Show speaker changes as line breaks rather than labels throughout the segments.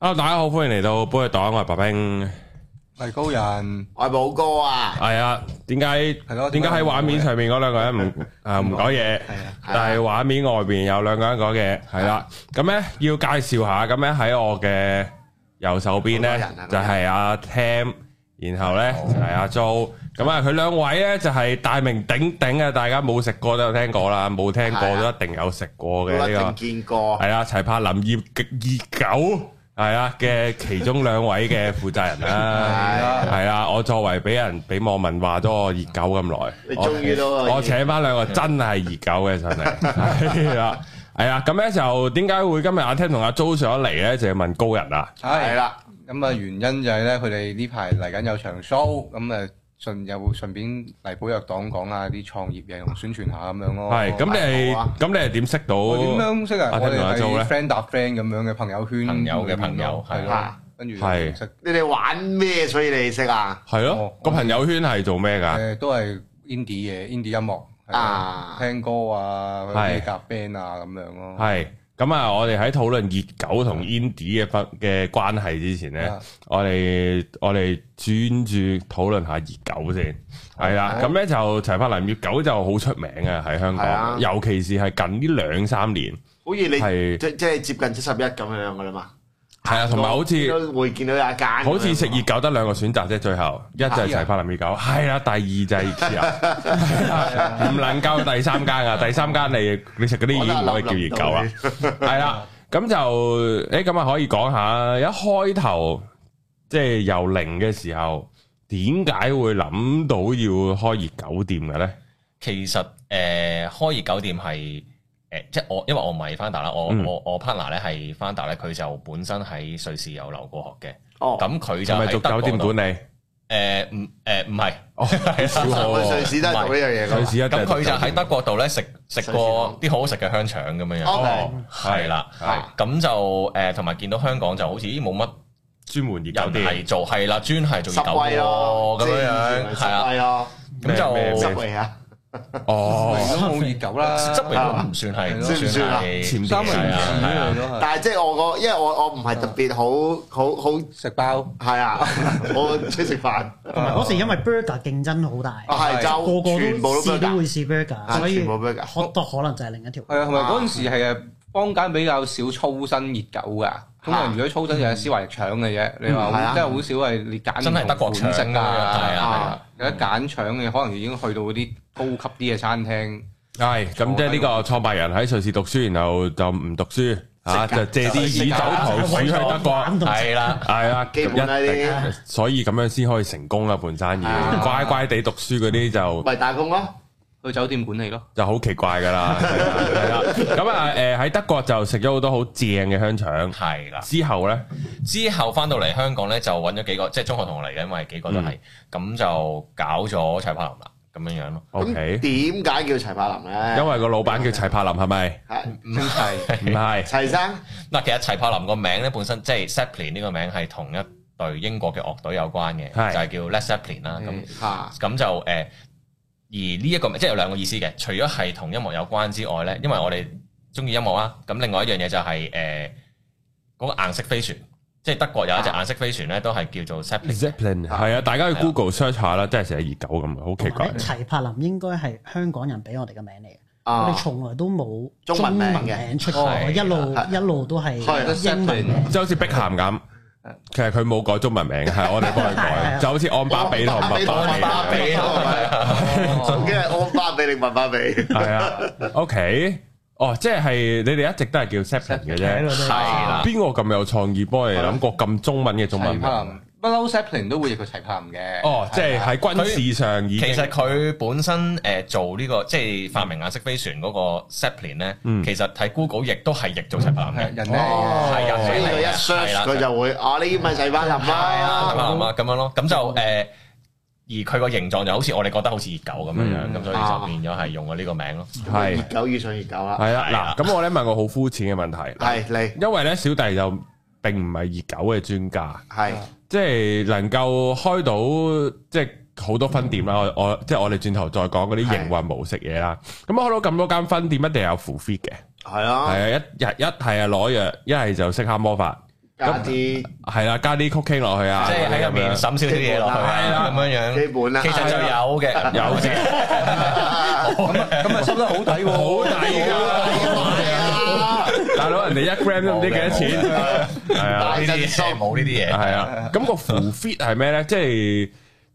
Hello，大家好，歡迎嚟到寶藥黨，我係白冰。
喂，高人，
我係寶哥啊，
係啊，點解
係咯
點解喺畫面上面嗰兩個 人唔啊唔講嘢
係啊，
但係畫面外邊有兩個人講嘢，係啦。咁咧要介紹下，咁咧喺我嘅右手邊
好多
咧
人啊
就係阿 Tam，然後咧就係阿 Jo。咁啊，佢兩位咧就係大名鼎鼎啊，大家冇食過都有聽過啦，冇聽過
係啊
都一定有食過
我
嘅
一
呢個
定。見過
系，啊啦，齊柏林業極熱狗係啊嘅其中兩位嘅負責人啦，
係啦
係啦，我作為俾人俾網民話咗我熱狗咁耐，
你
我
終於都可以
我請翻兩個真係熱狗嘅上 嚟，係啦，係啦，咁咧就點解會今日阿 Tim 同阿 Jo 上咗嚟咧？就要問高人啦，
係啦，
咁啊原因就係咧，佢哋呢排嚟緊有場 show，咁啊順又順便嚟寶藥黨講下啲創業嘢同宣傳下咁樣咯。
係咁你
哦好啊
咁你係點識到？
我點樣識啊？
阿
我
Tim
哋
同阿 Jo
係
咧
friend 搭 friend 咁樣嘅朋友圈，
朋友嘅朋友
係
係
咯
啊，
跟住
係
識
你哋玩咩？所以你識啊？
係咯
哦？
個朋友圈係做咩㗎？
誒都係 indie 嘢，indie 音樂係
啊
聽歌啊，
係
咩夾 band 啊咁樣咯。
係咁啊！我哋喺討論熱狗同 Indie 嘅分嘅關係之前咧
啊。
我哋我哋專注討論下熱狗先，係啦。
好
咁咧就齊柏林熱狗就好出名嘅喺香
係
港，
啊
尤其是係近呢兩三年，
好似你
係
即即係接近七十一咁樣噶啦嘛，
係啊，同埋好似
都會見到有一間，
好似食熱狗得兩個選擇啫，最後一就係齊柏林熱狗，係啦，第二就係 IKEA，唔能夠第三間啊，第三間你你食嗰啲已經唔可以叫熱狗啦，係啦。咁就誒咁啊，可以講下一開頭即係由零嘅時候，點解會諗到要開熱狗店嘅咧？
其實誒、呃、開熱狗店係誒、呃即係我因為我唔係 founder 啦，我、
嗯
我我 partner 咧係 founder 咧，佢就本身喺瑞士有留過學嘅，
哦，
咁佢就
係咪
喺
做
德
酒
國
店管
度
理？
誒唔誒唔係，
哦， 少
咁瑞
喎，
士都係做呢樣
瑞
嘢噶
士一定
咁佢就喺德國度咧食食過
瑞
啲好好食嘅香腸咁樣樣，
，OK，
哦，
係啦，
係
咁就誒同埋見到香港就好似咦冇乜
專門熱狗
人係
店，
做係啦，專係做熱
十
狗
位咯，
喎咁樣樣，係
十
啊，
位咯，
咁就
咩咩
十
咩
位啊，
哦。
都冇熱狗啦，
執嚟都唔算係
係咯
算
算
唔算啊
係
潛
三文治
係啊係啊
嚟咯，係
但係即係我個，因為我我唔係特別好好好，
食包。
係啊， 我出去食飯，
同埋嗰時因為 burger 競爭好大，
啊係
個
就
個
全部都
都試都
burger
會試 burger，
啊
所以
全部 burger
hot dog 可能就係另一條。
係啊，同埋嗰陣時係啊，坊間比較少粗身熱狗㗎。通常如果粗身就係思華力腸嘅啫，你話
嗯係啊
好真係好少係你揀
真係德國腸
款式
咁樣樣係啊
啊，
係
啊
啊。
有得揀腸嘅，可能已經去到嗰啲高級啲嘅餐廳。
系咁，即係呢個創辦人喺瑞士讀書，然後就唔讀書吓，就借啲以酒圖鼠去德國，
玩到
係啦，
係啦，
基本
咁
係
一定啊
啲
所以咁樣先可以成功啦，盤生意
啊。
乖乖地讀書嗰啲就
咪打工咯，
去酒店管理咯，
就好奇怪噶 啦，係啦。咁啊，诶喺德國就食咗好多好正嘅香腸，
係啦。
之後咧
之後翻到嚟香港咧，就揾咗幾個即係中學同學嚟嘅，因為幾個都係咁、就搞咗齊柏林啦，咁樣樣咯。
咁點
，OK，
解叫齊柏林
因
咧？
為個老闆叫齊柏林係咪？
係
清齊
唔係，
齊生。
嗱，其實齊柏林個名咧本身即係 Zeppelin 呢個名係同一隊英國嘅樂隊有關嘅，
係
就係叫 Led Zeppelin 啦。
嗯
咁
嚇
咁就誒、呃而呢、一個名即係有兩個意思嘅，除咗係同音樂有關之外咧，因為我哋中意音樂啦，咁另外一樣嘢就係誒嗰個硬式飛船，即係德國有一隻硬式飛船咧，都係叫做 Zeppelin。
Zeppelin 係啊，大家去 Google search 下啦，真係成日熱狗咁，好奇怪
同埋。齊柏林應該係香港人俾我哋嘅名嚟嘅，我
啊
哋！從來都冇
中文名嘅
名出過，
係
一路
係
一路都係
係
英文名。
即係好似碧咸咁，其實佢冇改中文名， 係我哋幫佢改，
啊
係
就好似安巴比同麥
安
巴
巴
比，
比同麥
哦
跟住安巴比定文巴比，
係啊，OK，哦，即係你哋一直都係叫 Seven 嘅啫，
係啦。
邊個咁有創意幫我哋諗過咁中文嘅中文
齊柏
名？
林，不嬲 Zeppelin 都會譯佢齊柏林嘅。啊
哦，即係喺軍事上已經
其實佢本身誒、呃做呢、個即係發明顏色飛船嗰個 Zeppelin 咧，
嗯
其實喺 Google 亦都係譯做齊柏林
係啊
嘅，
人
哦
咧，
係啊，
所以佢一
係
search
啦
佢就會啊呢啲咪齊柏林
齊
啦，
柏林啊咁樣咯，咁就誒、呃而佢個形狀就好似我哋覺得好似熱狗咁樣樣，
嗯
咁、所以就變咗係用咗呢個名咯。
係
熱狗遇上熱狗啦，
係
係
啦
啦，
嗱，咁我咧問個好膚淺嘅問題，
係你
因為咧小弟就並唔係熱狗嘅專家。
係
即係能夠開到即係好多分店啦，我我即係我哋轉頭再講嗰啲營運模式嘢啦。咁開到咁多間分店，一定有 full fit 嘅，係
係啊，
啊，一日一係啊攞藥，一係就識下魔法，
加啲
系啦，加啲曲傾落去啊，
即係喺入面
咁樣
審少少啲嘢落去啊，咁樣
基
樣。
本啦。啊
其實就有嘅，
有
嘅。
咁啊咁啊收得好抵喎，
好抵㗎，
啊
大佬人哋一 gram 都唔知幾多 錢，係啊。
呢啲嘢冇呢啲嘢。
系啊，咁個扶 fit 係咩咧？即係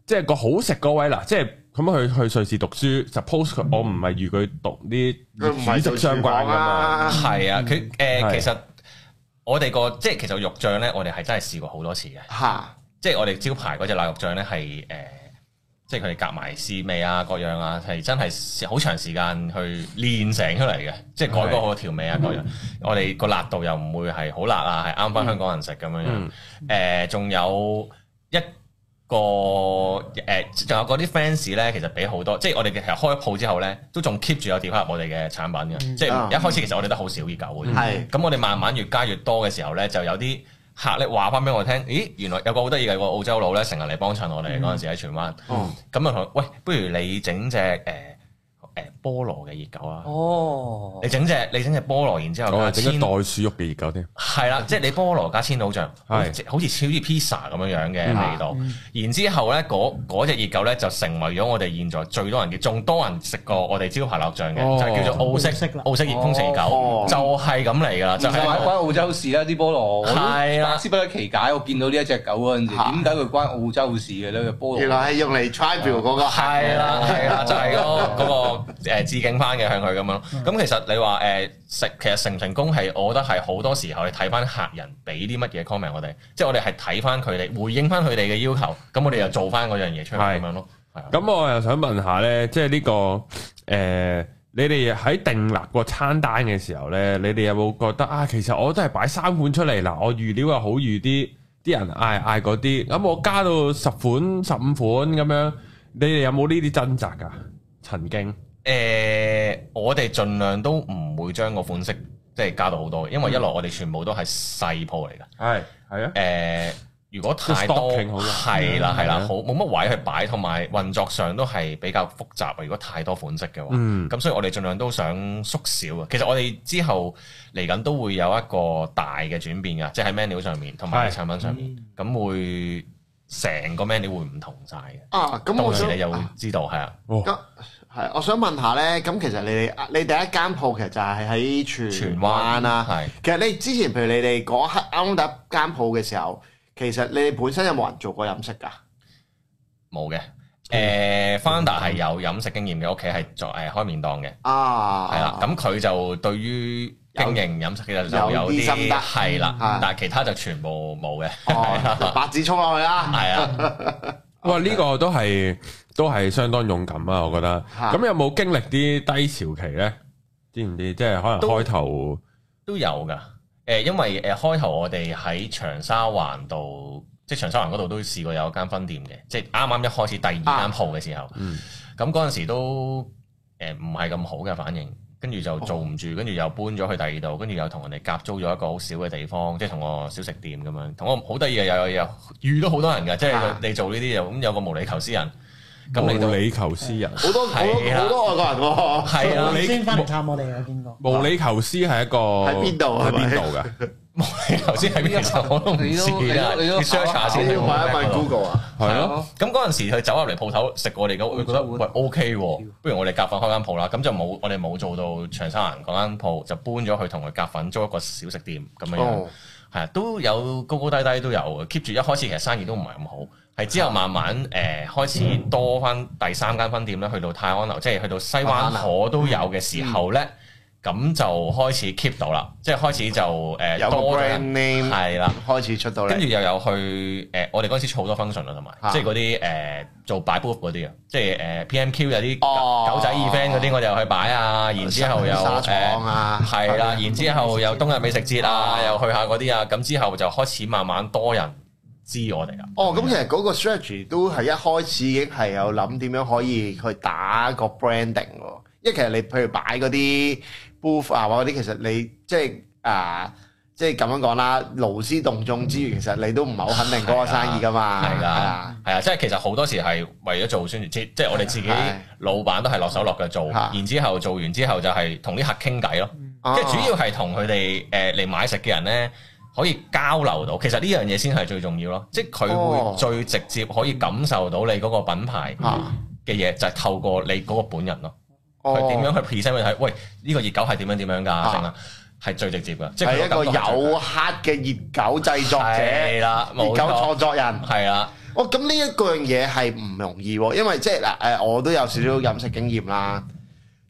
即係個好食嗰位啦，即係咁佢去瑞士讀書，suppose 佢我唔係預佢讀啲
佢唔係
煮
做
食相
廚
關
房
噶嘛，
啊，
係啊，佢
係
誒其實我哋個即係其實肉醬咧，我哋係真係試過好多次嘅。
嚇
即係我哋招牌嗰只奶肉醬咧係誒，即係佢哋夾埋試味啊，各樣啊，係真係好長時間去練成出嚟嘅，即係改嗰個調味啊，各樣。我哋個辣度又唔會係好辣啊，係啱翻香港人食咁樣
嗯
樣。誒，仲有一個誒，仲有嗰啲 fans 咧，其實俾好多，即係我哋其實開咗鋪之後咧，都仲 keep 住有碟入我哋嘅產品嘅，即係一開始其實我哋都好少熱狗嘅啫。
係
咁我哋慢慢越加越多嘅時候咧，就有啲客咧話翻俾我聽，咦，原來有個好得意嘅個澳洲佬咧，成日嚟幫襯我哋嗰陣時喺荃灣，
哦
咁啊同佢，喂，不如你整隻誒誒菠蘿嘅熱狗啊！
哦
你，整隻你整隻菠蘿，然之後
我係哦
加
整
啊
咗
千
袋鼠肉嘅熱狗添，
係啦，即係你菠蘿加千島醬，好似好似超似 pizza 咁樣樣嘅味道。然之後咧，嗰嗰只熱狗咧就成為咗我哋現在最多人嘅，仲多人食過我哋招牌臘醬嘅，
哦
就叫做澳式
澳式啦
澳式熱風城熱狗
哦，
就係咁嚟㗎啦，就
就
係
係
一
話
個
關澳洲事啦，啲菠蘿我都
係啦
百思不得其解。我見到呢一隻狗嗰陣時，
嚇
點解佢關澳洲事嘅咧？菠
原
蘿
來係用嚟 tribal 嗰個
係
哦
啦，係啦，就係嗰嗰個誒致敬翻嘅向佢咁樣咯。
嗯
咁其實你話誒食其實成唔成功係，我覺得係好多時候你睇翻客人俾啲乜嘢 comment 我哋，即係我哋係睇翻佢哋回應翻佢哋嘅要求，咁我哋又做翻嗰樣嘢出嚟
係
咁樣咯。係啊，
咁我又想問下咧，即係呢個诶，你哋喺定立個餐單嘅時候咧，你哋有冇覺得啊？其實我都係擺三款出嚟嗱，我預料又好預啲，啲人嗌嗌嗰啲，咁我加到十款、十五款咁樣，你哋有冇呢啲掙扎噶？曾經
誒我哋盡量都唔會將個款式即係加到好多嘅，因為一來我哋全部都係細鋪嚟㗎。
係係啊
誒、。呃如果太多
stocking 好啦
係啦係啦
嗯，
好冇乜位去擺，同埋運作上都係比較複雜啊。如果太多款式嘅話，咁、
嗯
所以我哋盡量都想縮小啊。其實我哋之後嚟緊都會有一個大嘅轉變㗎，即係喺 menu 上面同
係嗯
埋喺產品上面，咁、會成個 menu 會唔同晒嘅。
啊，咁
到
我
時
想
你又會知道係啊，
哦
咁係，我想問下咧，咁其實你哋你第一間鋪其實就係喺
嗯
荃
荃
灣
灣啦。
係
其實你之前譬如你哋嗰刻啱啱第一間鋪嘅時候，其實你哋本身有冇人做過飲食㗎？
冇嘅。誒、founder 係有飲食經驗嘅，屋企係做誒開麵檔嘅。
啊，
係啦，咁佢就對於經營飲食其實就有
有啲心
啲
得
係啦
嗯，
但係其他就全部冇嘅，
哦，
啊
就白紙衝落去啦，
係啊，
哇！呢個都係都係相當勇敢啊，我覺得。
嚇
咁有冇經歷啲低潮期呢？知唔知？即係可能
都
開頭
都有噶。誒，因為誒開頭我哋喺長沙灣度，即係長沙灣嗰度都試過有一間分店嘅，即係啱啱一開始第二間鋪嘅時候，
嗯
咁嗰陣時都誒唔係咁好嘅反應。跟住就做唔住，跟住又搬咗去第二度，跟住又同人哋夾租咗一個好少嘅地方，即係同我小食店咁樣。同我好得意嘅，又有有遇到好多人㗎，即係
啊
你做呢啲嘢，咁有個無理求私人，咁你就
無理求私人，
好多好
係
多
啦
好多外國
係啊，
你
先翻嚟探我哋有見過。
無理求私係一個
喺邊度啊
喺
係咪
邊度㗎？
你頭先喺邊？其實我都唔
你都
知啦，
你
你
都
search 下
人
先。
喎，你要問一問 Google 啊。
係咯，
咁嗰陣時佢走入嚟鋪頭食我哋嘅，佢覺得喂 OK 喎，不如我哋夾粉開間鋪啦。咁就冇我哋冇做到長沙灣嗰間鋪，就搬咗去同佢夾粉租一個小食店咁樣樣
哦。
係啊，都有高高低低都有嘅，keep 住一開始其實生意都唔係咁好，係之後慢慢誒、呃、開始多翻第三間分店咧，去到泰安樓，即係去到西灣河都有嘅時候咧，咁、就開始 keep 到啦，即係開始就誒、呃、
有個
多咗
brand
人
name
係啦。
開始出到
跟住
嚟，
又有去誒、呃我哋嗰陣時儲好多 function 啦，同埋
啊
即係嗰啲誒做擺 booth 嗰啲啊，即係誒、呃 PMQ 有啲
哦
狗狗仔 event 嗰啲，我哋又去擺啊，然之後又
沙廠
誒
啊，
係啦，然之後又冬日美食節啊，又去下嗰啲啊，咁之後就開始慢慢多人知我哋啦。
哦，咁其實嗰個 strategy 都係一開始已經係有諗點樣可以去打個 branding 喎，因為其實你譬如擺嗰啲 booth 啊或者嗰啲，其實你即係啊，即係咁樣講啦，勞師動眾之餘，其實你都唔係好肯定嗰個生意噶嘛，
係啦
啊，，
係啊，即係其實好多時係為咗做宣傳，即即係我哋自己
係
老闆都係落手落腳做，
嚇
然之後做
啊
呃完之後就係同啲客傾偈咯。即係主要係同佢哋誒嚟買食嘅人咧，可以交流到，其實呢樣嘢先係最重要咯，即係佢
哦
會最直接可以感受到你嗰個品牌
啊
嘅嘢，就係透過你嗰個本人咯，
哦
佢點樣去 present 俾你睇？喂，呢個熱狗係點樣點樣㗎？
啊
成啊，係最直接㗎，即係
係
佢
一個
感覺係最
有黑嘅熱狗製作者、
係啦，
熱
冇
狗
錯
創，作人。
係啦，
哦，咁呢一樣嘢係唔容易喎，因為即係嗱誒，我都有少少飲食經驗啦。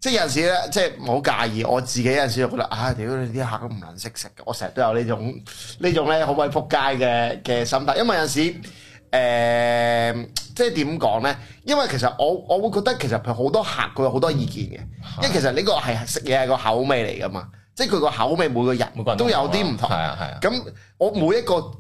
即係有陣時咧，即係唔好介意，我自己有陣時就覺得，唉，屌你啲客都唔撚識食嘅，我成日都有呢種呢種咧好鬼撲街嘅嘅心態，因為有陣時誒、即係點講咧？因為其實我我會覺得其實佢好多客佢有好多意見嘅，因為其實呢個係食嘢係個口味嚟噶嘛，即係佢個口味每個人
每個人
都有啲唔同
係。啊係啊，
咁我每一個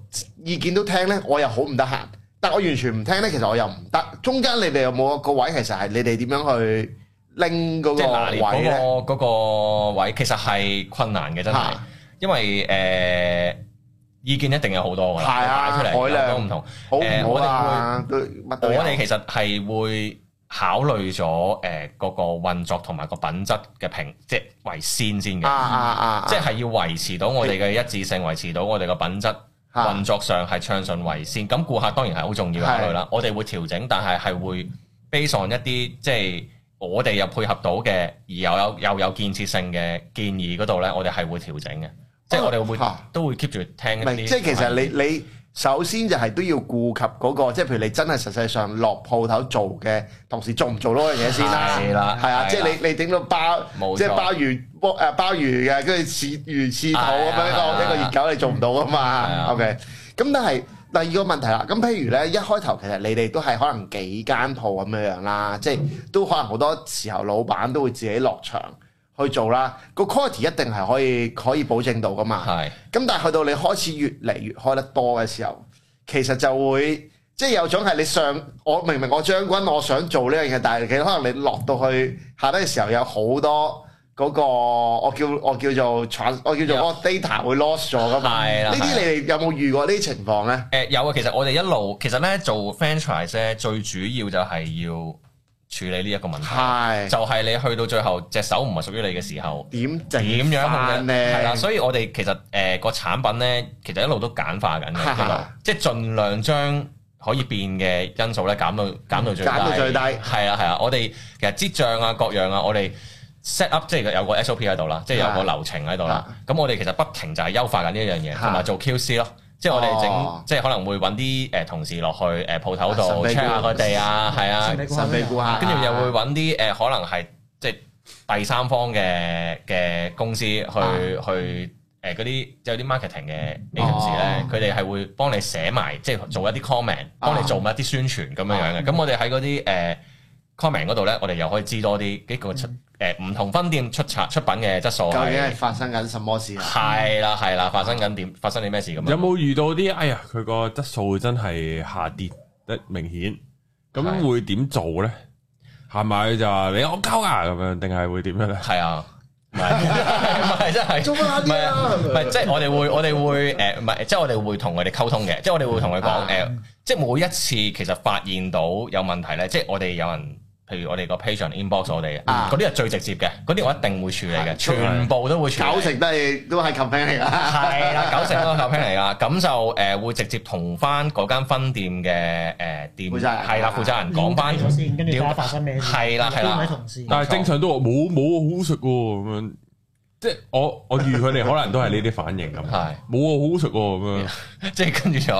意見都聽呢，我又好唔得閒，但我完全唔聽呢，其實我又唔得。中間你哋有冇個位，其實係你哋點樣去拎嗰
即係拿捏
個位呢？
嗰個嗰個位，其實係困難嘅真係
嚇，
因為誒意見一定有好多㗎啦，
係啊
擺出嚟
海量
有好多唔同。
好
誒
唔
我
好
哋
啊？都乜
我
都有
哋其實係會考慮咗誒嗰個運作同埋個品質嘅評，即係為先先
啊
嘅，
啊啊！
即係要維持到我哋嘅一致性，維持到我哋嘅品質
啊
運作上係暢順為先。咁顧客當然係好重要嘅考慮啦，我哋會調整，但係係會 base on 一啲即係。我哋又配合到嘅，而又有又有建設性嘅建議嗰度咧，我哋係會調整嘅，即係我哋會、
啊
都會 keep 住聽一
明
啲。
即係其實你你首先就係都要顧及嗰個，即係譬如你真係實際上落鋪頭做嘅同時做唔做嗰樣嘢先啦。
係啦，
係啊，即係
啦
你你整到包
冇，錯
即係鮑魚煲誒鮑魚嘅，跟住刺魚刺肚咁樣
係啊
一個一個熱狗，你做唔到噶
係
嘛
啊
？OK，咁但係第二個問題啦，咁譬如咧，一開頭其實你哋都係可能幾間鋪咁樣樣啦，即係都可能好多時候老闆都會自己落場去做啦，個 quality 一定係可以可以保證到噶嘛。
係
咁但係去到你開始越嚟越開得多嘅時候，其實就會即係有種係你上我明明我將軍我想做呢樣嘢，但係其實可能你落到去下低嘅時候有好多嗰、個我叫我叫做 trans 我叫做嗰個 data 會 lost 咗噶嘛？
係啦
呢啲你哋有冇遇過呢啲情況咧？
誒、有啊，其實我哋一路其實咧做 franchise 咧，最主要就係要處理呢一個問題，
係
就係你去到最後隻手唔係屬於你嘅時候，
點整
點樣
翻咧？
係啦，所以我哋其實誒個、產品咧，其實一路都簡化緊嘅，一路即係盡量將可以變嘅因素咧減到減到最低，
減到最低
係啊啦係啦，我哋其實擠漲啊各樣啊，我哋 set up 即係有個 SOP 喺度啦，即係有個流程喺度啦。咁我哋其實不停就係優化緊呢一樣嘢，
嚇
同埋做 QC 咯。即係我哋
哦
整，即係可能會揾啲誒同事落去誒鋪頭
神
度
秘
check 下佢哋啊，係啊
神，秘顧
神
客都
秘
有
顧客，啊
跟住又會揾啲誒可能係即係第三方嘅嘅公司去、
啊
去誒嗰啲有啲 marketing 嘅
哦
agency 咧，佢哋係會幫你寫埋即係做一啲 comment，
啊
幫你做埋一啲宣傳咁樣樣嘅。咁、我哋喺嗰啲誒 comment 嗰度咧，我哋又可以知多啲呢個出誒唔同分店出產出品嘅質素
嗯究竟係
係
發生緊什麼事啊？
係啦係啦，發生緊點發生啲咩事咁啊樣
有冇遇到啲哎呀佢個質素真係下跌得明顯，咁
係
會點做咧？行埋去就話你戇鳩啊咁樣，定係會點樣咧？
係啊，唔係唔係真係
做翻啲啊啦，
唔係，即係我哋會，我哋會誒，唔係，即係我哋會同佢哋溝通嘅，即係我哋會同佢
啊
講誒，即係每一次其實發現到有問題咧，即係我哋有人，譬如我哋個 patient inbox 我哋嘅，
啊
嗰啲係最直接嘅，嗰啲我一定會處理
係
嘅，全部都會處理。
九成都係都係 complain 嚟㗎。
係啦，九成都係球評嚟噶，咁就誒會直接同翻嗰間分店嘅誒店
負責人嗯
係啦，負責人講翻
咗先，跟住睇下發生咩事。
係啦係啦
邊位同事？
但係正常都話冇冇好食喎咁樣，即係我我預佢哋可能都係呢啲反應咁，冇啊
係
好食喎咁樣，
即係跟住就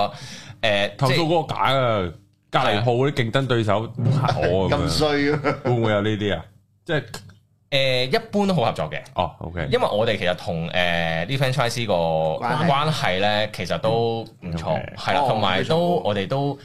誒
投
即
訴
係
嗰個假啊，隔離鋪啲競爭對手嚇我啊咁
咁
樣，
衰啊！
會唔會有呢啲啊？即係
誒一般都好合作嘅。
哦，OK，
因為我哋其實同誒啲 franchise 個
關係
關係咧，其實都唔錯，
嗯
係啦，
哦
同埋都
唔錯
我哋都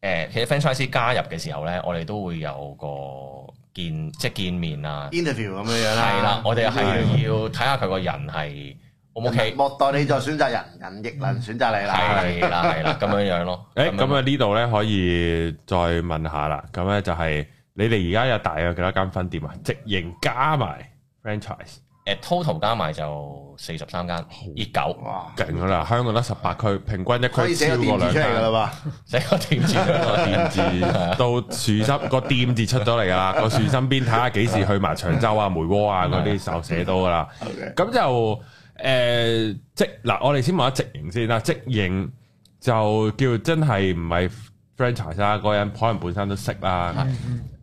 誒，其實 franchise 加入嘅時候咧，我哋都會有個見即係見面啊，
interview 咁樣樣啦。
係啦，我哋係
係
要睇下佢個人係 O 唔 OK，
莫待你再選擇人，人亦能選擇你啊啦。
係啦係啦咁樣樣咯，
誒，咁啊呢度咧可以再問下啦，咁咧就係你哋而家有大約幾多間分店啊？直營加埋 franchise，
誒呃 total 加埋就四十三間熱狗，
哇！
勁噶啦，香港得十八區，平均一
可
區
以寫
超
個
過
電
兩
子出嚟
間
㗎。啦
整個店 主
個店 字到樹心個店字出咗嚟噶啦，個樹心邊睇下幾時去埋長洲啊、梅窩啊嗰啲就寫到噶啦。
噃。OK，
咁就誒、诶、即嗱，我哋先問下直營先啦。直營就叫真係唔係 franchise 啊啦，嗰個人可能本身都識啦。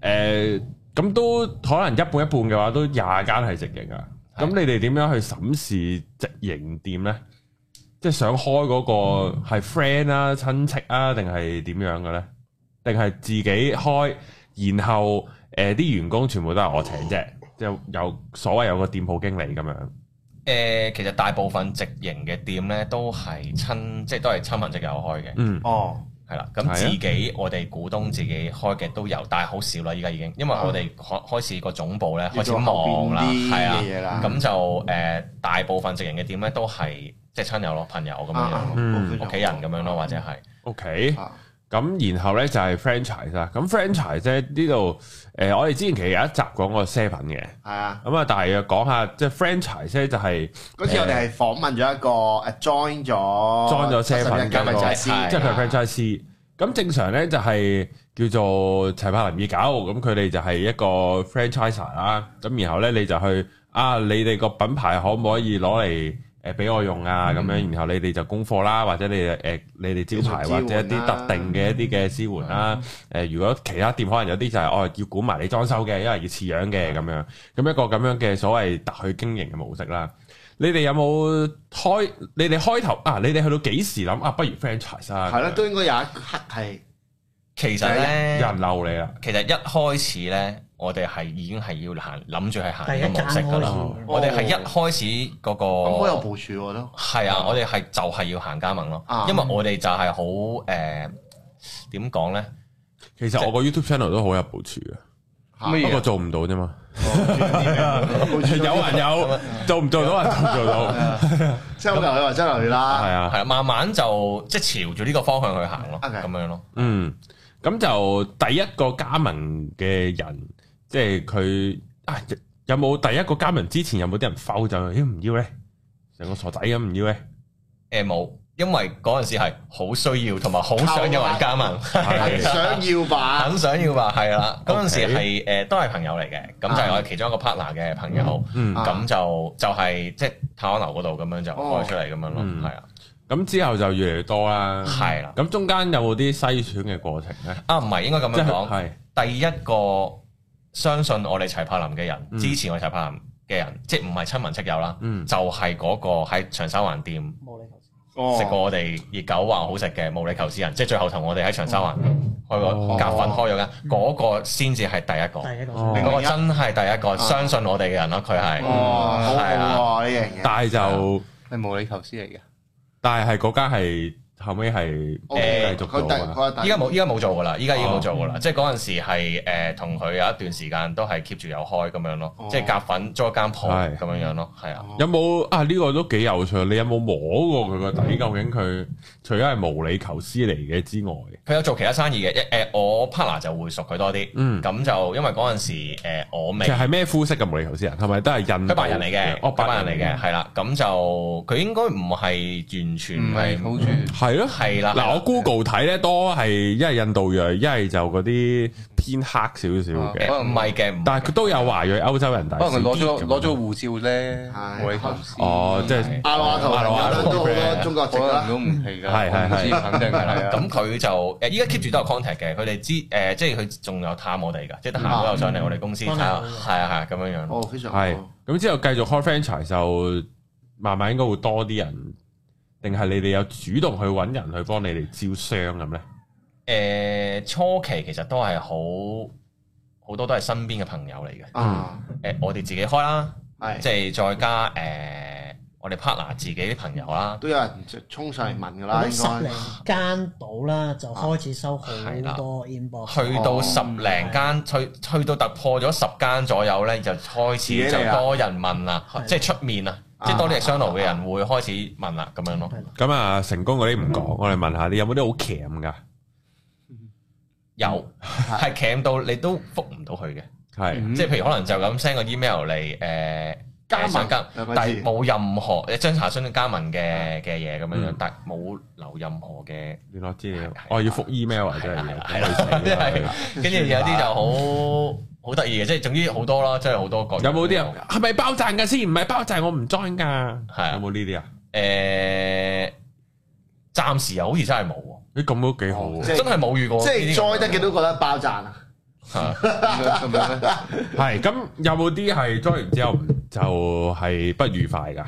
诶、咁都可能一半一半嘅話，都廿間係直營啊。咁
係
你哋點樣去審視直營店咧？即係想開嗰個係 friend 啦、親戚啊，定係點樣嘅咧？定係自己開，然後诶啲、員工全部都係我請啫，即係有所謂有個店鋪經理咁樣。
誒，呃其實大部分直營嘅店咧都係親，即係都係親朋戚友開嘅，
嗯。
哦，
係啦。
係
咁
啊
自己我哋股東自己開嘅都有，但係好少啦，依家已經，因為我哋開開始個總部咧
哦要
開始
做後
忙
邊
啦，
啲
係啊
嘅。嘢啦。
咁就誒、呃大部分直營嘅店咧都係即係親友咯、朋友咁樣
啊
樣，
嗯
屋企人咁樣咯，或者係
O K，
啊
咁然後咧就係 franchise 啦。咁 franchise 咧呢度，诶、我哋之前其實有一集講過 seven 嘅，
係啊，
咁啊，大約講下即係 franchise 咧就係
嗰次我哋係訪問咗一個誒 join 咗
join 咗 seven 嘅
間嗯咪
一個
就係
即係佢係 franchise。咁正常咧就係叫做齊柏林二狗，咁佢哋就係一個 franchise 啦。咁然後咧你就去啊，你哋個品牌可唔可以攞嚟？誒俾我用啊咁樣，然後你哋就供貨啦，或者你哋誒你哋招牌
技術
或
支援
者一啲
啦
特定嘅一啲嘅支援啦。誒，如果其他店可能有啲就係哦要管埋你裝修嘅，因為要似樣嘅咁樣，咁一個咁樣嘅所謂特許經營嘅模式啦。你哋有冇開？你哋開頭啊？你哋去到幾時諗啊？不如 franchise 啊？
係咯，都應該有一刻係
其實
有
咧，
人嬲你啦。
其實一開始咧，我哋係已經係要行諗住係行
第
呢
一
個
間
模式㗎
開始
啦。
嘅，
我哋係一開始嗰、
哦咁好有
個
部署喎都。
係啊，我哋係就係要行加盟咯
啊，
因為我哋就係好誒點講咧，
其實我個 YouTube channel 都好有部署嘅，
咩
不
嘢
過做唔到啫嘛。
部
有
署
人有，做唔做到人做唔做到，
即係好流去話真流去
係
啦，
啊。
係啦，慢慢就即係朝住呢個方向去行咯，
OK
咁樣咯。
嗯，咁就第一個加盟嘅人，即係佢啊，有冇第一個加盟之前有冇啲人否就咦唔要咧？成個傻仔咁唔要咧？
誒冇，因為嗰陣時係好需要同埋好想有人加盟，
係
想要吧。
很想要吧，係啦。嗰陣時
OK
係誒都係朋友嚟嘅，咁就係我其中一個 partner 嘅朋友，
嗯，
啊
咁就就係即係太安樓嗰度咁樣就
哦
開出嚟咁樣咯，
嗯
係啊，
咁之後就越嚟越多啦。
係啦。
咁中間有冇啲篩選嘅過程咧？
啊，唔係應該咁
即
樣講。
係
第一個相信我哋齊柏林嘅人，
嗯
支持我哋齊柏林嘅人，即係唔係親民戚友啦，
嗯
就係嗰個喺長沙灣店
冇你頭先。
哦
食過我哋熱狗話好食嘅毛里求斯人，即係最後同我哋喺長沙灣
嗯
開個
哦
夾粉開咗間，嗰個先至係第一個，
嗯
第一個
哦
嗰個真係第一個相信我哋嘅人咯，佢
啊
係
哦，好
係啊，
好喎呢樣嘢。
但係就
係無理求思嚟嘅。
但係嗰間係後尾係
OK，
繼續
佢
做
第
啊。
佢第
依家冇依家冇做噶啦，依家已經冇做
哦
噶啦，即係嗰陣時係誒同佢有一段時間都係 keep 住有開咁樣咯
哦，
即係夾粉租一間
係
鋪咁樣樣咯，係啊。
有冇啊？呢、個都幾有趣。你有冇摸過佢個底？究竟佢除咗係無理求思嚟嘅之外，
佢有做其他生意嘅，一誒我 partner 就會熟佢多啲，
嗯
咁就因為嗰陣時誒我未
其實係咩膚色嘅無理求思人？係咪都係印度
佢白人嚟嘅，
哦，
佢白人嚟嘅，。係啦，咁就佢應該唔係完全
唔係
係
土著，
係咯，
係啊啦，
嗱，我 Google 睇咧多係一係印度裔，一係就嗰啲偏黑少少
誒
嘅，
唔係嘅，唔
但係佢都有華裔歐洲人，但
可
係
能佢攞
少啲
咗
咁
攞咗護照咧
係，
無理求思。
哦，即係
阿羅阿頭，
阿
阿
羅
羅
阿
阿
頭
頭都好多中國籍
可能
啦。
都唔係㗎，
係係係
我唔知肯定係啊啦。
咁佢就誒依家 keep 住都有 contact 嘅，佢哋知誒，即係佢仲有探我哋㗎，即係得閒都有上嚟我哋公司睇下，
嗯
係啊係啊咁樣樣咯。
哦，非常
係
好。
咁之後繼續開 franchise 就慢慢應該會多啲人，定係你哋有主動去揾人去幫你哋招商咁咧？
誒初期其實都係好好多都係身邊嘅朋友嚟嘅，
Ừ.
啊，
誒我哋自己開啦。
係
即係再加誒、呃我哋 partner 自己啲朋友啦，
都有人衝上嚟問㗎
我
啦，
諗
應
十
該
零。間到啦，就開始收好
係啦
多 inbox。
去到十零間，去去到突破咗十間左右咧，就開
自己
始
嚟
就
啦
多人問啦，
係
即係出面啊，
啊
即係多啲 external 嘅人會開始問啦，咁樣咯。
咁啊，成功嗰啲唔講，我哋問下你有冇啲好鉗噶？
有係鉗到你都覆唔到佢嘅，
係
即係譬如可能就咁 send 個 email 嚟誒。呃
加
想
盟
加
兩個
但
字
係冇任何誒張查詢加盟嘅嘅嘢咁樣樣
嗯，
但係冇留任何嘅
聯絡資料哦
係，
我要覆 email 啊，真
係
係
啦
要，
係啦，即係跟住有啲就好好得意嘅，即係總之好多啦，真係好多個。
有冇啲人係咪包賺㗎先？唔係包賺我唔 join 㗎。係有
啊
冇呢啲啊？
誒，呃暫時又好似真係冇喎，
咦，咁都幾好
哦
喎
即。係
真係冇遇過。
即係 join 得嘅都覺得爆賺啊！
咁樣咧，
係咁，有冇啲係 join 完之後就係不愉快㗎？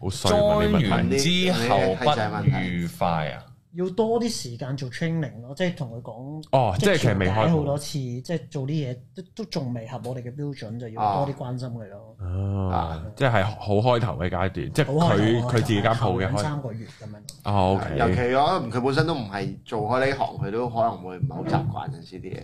好衰問你
join
問
完
題。
之後不愉快啊！
要多啲時間做 training 咯，即係同佢講。
哦，即係其實未
調
開
解好
盤
多。次，即係做啲嘢都都仲未合我哋嘅標準，就
啊
要多啲關心佢咯。
哦，即係好開頭嘅階段，即係
好開
佢
頭啊
佢自己間鋪嘅
兩
開。
三個月咁樣。
哦
尤其
，OK，
我佢本身都唔係做開呢行，佢都可能會唔係好習慣陣時啲嘢。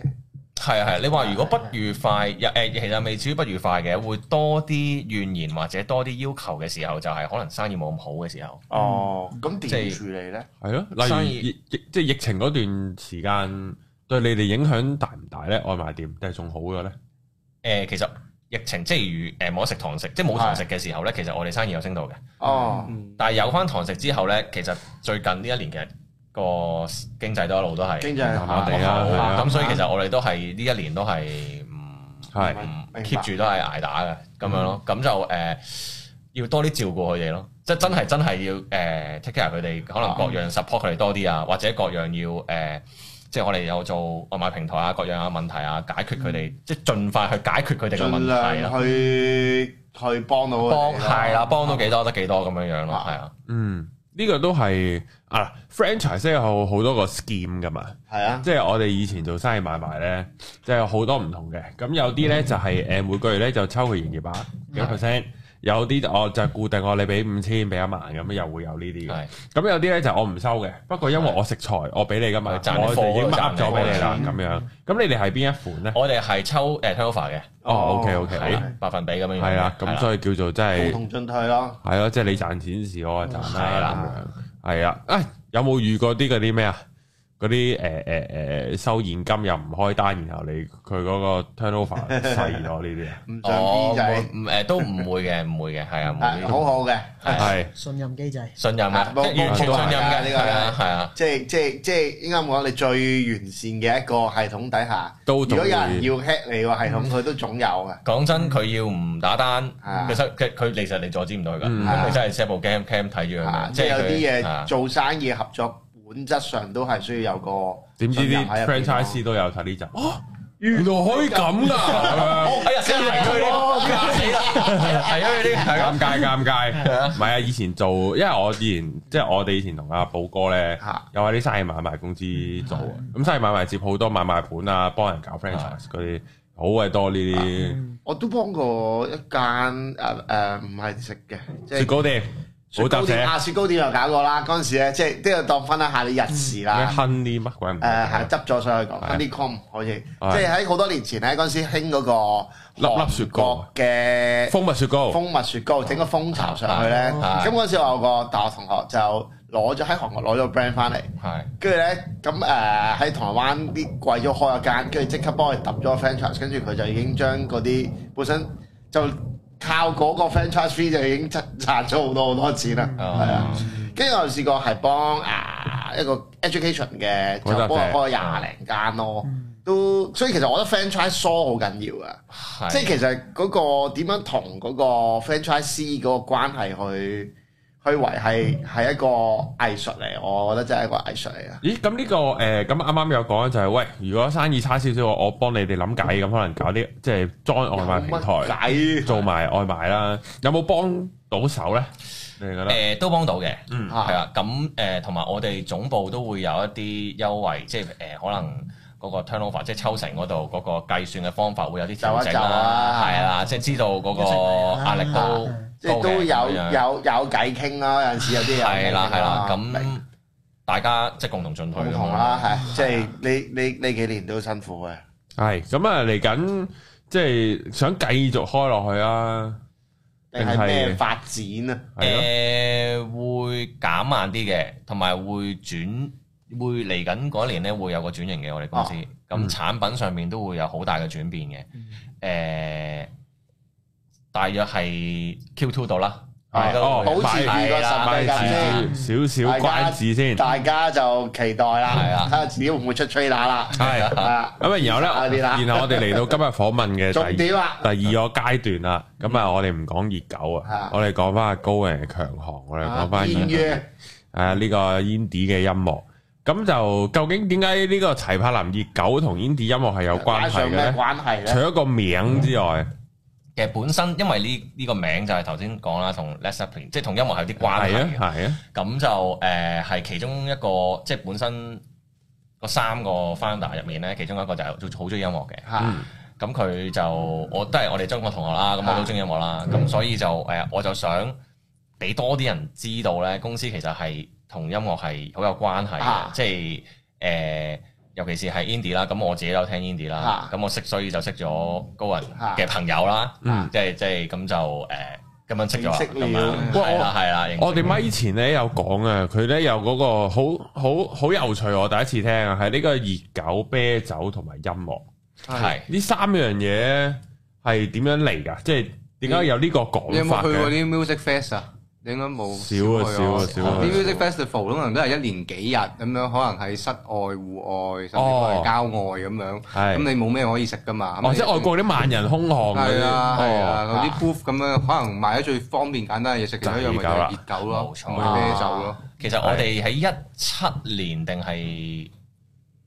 係啊係啊，你話如果不愉快，又誒其實未至於不愉快嘅，會多啲怨言或者多啲要求嘅時候，就係可能生意冇咁好嘅時候。
Ờ.
哦，咁
即
點
係
處理咧？
係咯。
生
例
意
如疫疫即係疫情嗰段時間對你哋影響大唔大咧？外賣店定係仲好嘅咧？
誒、呃其實疫情即係如呃誒冇得食堂食，即係冇堂食嘅時候咧，其實我哋生意有升到嘅。
Ừ.
哦，
但係有翻堂食之後咧，其實最近呢一年嘅個經濟都一路都係
經濟麻
麻地啦係啊
咁所以其實我哋都係呢一年都係唔
係嗯
唔
明白
keep 住都係捱打嘅咁樣咯。咁就誒、要多啲照顧佢哋咯，即係真係真係要誒、take 呃 care 佢哋，可能各樣 support 佢哋多啲啊，或者各樣要誒。即係我哋有做外賣平台啊，各樣嘅問題啊，解決佢哋，
嗯
即係盡快去解決佢哋嘅問
盡
題
量
啦。
去去幫到佢
幫
哋咯
係啦，幫到幾多得幾多咁樣樣咯，
啊
係啊。
嗯，呢個都係啊，franchise 有好多個 scheme 噶嘛。
係啊，
即係我哋以前做生意買賣咧，即係有好多唔同嘅。咁有啲咧就係誒每個月咧就抽佢營業額幾多 percent，有啲就我哦就固定我你俾五千俾一萬咁，又會有呢啲嘅。
係啊
咁有啲咧就我唔收嘅，不過因為我食材我俾你噶啊嘛，啊
係賺你
我就已經
貨
mark
賺你
咗俾你啦
貨
咁樣。咁你哋係邊一款咧？
我哋係抽誒 turnover 嘅，
哦，OK Ờ, OK，
係啦百分比咁樣樣嘅。
係啊啦，咁所以叫做真
共
係
同進退咯。
係咯，即係你賺錢時我就賺
係
啦
啦
咁樣。係啊，啊有冇遇過啲嗰啲咩啊？嗰啲誒誒誒收現金又唔開單，然後你佢嗰個 turnover 細咗呢啲啊？
唔想
哦
B
會
仔，
唔誒都唔會嘅，唔會嘅，係啊，唔
係
會
好好嘅，
係
信任機制。
信任
啊
啊，即
冇
係完全
冇
信
冇
任嘅，
呢
呢
個
個係啊，係啊，
即係即係即係應該咁講，你最完善嘅一個系統底下，
都
如
仲
果有
會
人要 hack 你個系統，佢都總有嘅。
講真，佢要唔打單
嗯啊，
其實佢佢其實你阻止唔到佢噶，
嗯
咁你真係 set 部 game cam 睇住佢
啊
嘅，
即係有啲
佢
嘢
啊
做生意合作，本質上都係需要有個
點知
信任
啲
喺入邊
franchise 都有睇呢集？啊哦，原來可以咁 噶！
哎呀，死啦，係佢呢個死
啊
啦，係啊因為呢個係
尷尬尷尬，唔係啊！以前做，因為我以前即係我哋以前同阿寶哥咧
嚇，嗯
有喺啲生意買賣公司做啊，咁生意買賣接好多買賣盤啊，幫人搞 franchise 嗰啲，好鬼多呢啲
我都幫過一間誒誒唔係食嘅，嗯即
雪
係
糕店、
雪
補
糕
習社
店。啊，雪糕店又搞過啦。嗰陣時咧，即係都要當分享下你日時
咩
啦。
亨利乜鬼唔記得
誒
咗
係執咗上去講
係
h o n e y c o m 好似，
係
即係喺好多年前咧，嗰陣時興嗰個
粒粒雪糕
韓國嘅
蜂蜜雪糕，
蜂蜜雪糕，整個蜂巢上去咧。
啊
咁嗰陣時我有個大學同學就攞咗喺韓國攞咗個 brand 翻嚟。
係
跟住咧，咁誒喺台灣啲貴咗開一間，跟住即刻幫佢揼咗個 franchise，跟住佢就已經將嗰啲本身就靠嗰個 franchise fee 就已經賺賺咗好多好多錢啦，係
嗯
啊。跟住我試過係幫啊一個 education 嘅，就幫佢開廿零間咯，都所以其實我覺得 franchise 疏好緊要啊。
係
即係其實嗰個點樣同嗰個 franchisee 嗰個關係去去維
嗯
係係一個藝術嚟，我覺得真係一個藝術嚟啊！
咦？咁呢個誒咁啱啱有講就係喂，如果生意差少少，我我幫你哋諗計，咁可能搞啲即係
哦
裝外賣平台，
解
做埋外賣啦，有冇幫到手咧？你哋覺得？
誒都幫到嘅。嗯係啊
嚇
啦，咁誒同埋我哋總部都會有一啲優惠，即係誒、可能嗰個 turnover，即係抽成嗰度嗰個計算嘅方法會有啲調整
就一就啊
啦，係啦，即係知道嗰個哦
啊
壓力都
啊
即係都有
高嘅咁樣
有有偈傾啦，有陣時有啲嘢有偈
係
傾
啦係啊啦，
明
咁大家即係共同進退
共
咁
同
樣
啦，係啊即係你你呢幾年都辛苦嘅，
係咁啊，嚟緊即係想繼續開落去啊，
定係咩發展啊？
係咯，
誒會減慢啲嘅，同埋會轉會嚟緊嗰一年咧會有個轉型嘅我哋公
哦
司，咁、
嗯
產品上面都會有好大嘅轉
嗯
變嘅。誒、大約係 Q2 度啦，買到
哦
保持
買
住
買
個實際價先。
少少關子先。
大家就期待
係
啦
啊，
睇下自己會唔會出 trader 啦。
係
啊，
咁啊，然後咧，
快啲啦
然後我哋嚟到今日訪 問嘅
重
第
點啊啦，
第二個階段啦。咁啊，我哋唔講熱狗啊
啊，
我哋講翻阿高人嘅強項，我哋講翻
煙啊約
誒呢個 indie 嘅音樂。咁就究竟點解呢個齊柏林熱狗同 indie 音樂係有關
拉
係
上
嘅
咩
咧？
關係
除
咧？
咗個名之外，
其實本身因為呢呢個名就係頭先講啦，同 Led Zeppelin 即係同音樂係有啲
係
關係
啊
嘅。
係啊，
咁就呃誒係、其中一個，即係本身嗰三個 founder 入面咧，其中一個就係好中意音樂嘅。
嚇
咁佢就我都係我哋中學同學啦，咁我都中意音樂啦。咁所以就誒、我就想俾多啲人知道咧，公司其實係同音樂係好有關係嘅，
啊
即係誒、呃尤其是係 indie 啦。咁我自己都有聽 indie 啦
啊，
咁、我識所以就識咗高人
啊
嘅朋友啦，
嗯
即係即係咁就誒。咁樣識咗啦，
認識了
咁樣
哇
係啦係啦，認識
我哋咪前咧有講啊，佢咧有嗰個好好好有趣，我第一次聽啊，係呢個熱狗、啤酒同埋音樂
係
呢三樣嘢係點樣嚟㗎？即係點解有呢個
你
講
有冇
法
去過
嘅？
啲 music fest 啊？你應該冇
少啊
去
少啊
過
少啊
啲 music festival 可能都係一年幾日咁樣，可能喺室外、戶外，甚至乎
哦
係郊外咁樣。
係
咁你冇咩可以食噶嘛？咁
哦，
你
即係外國啲萬人空巷嗰
係
啲，
啊係
哦，
啊，嗰啲 booth 咁樣，可能賣得最方便簡單嘅嘢食，其中一樣咪就係熱狗咯，
冇錯
同埋啤酒咯。
其實我哋喺一七年定係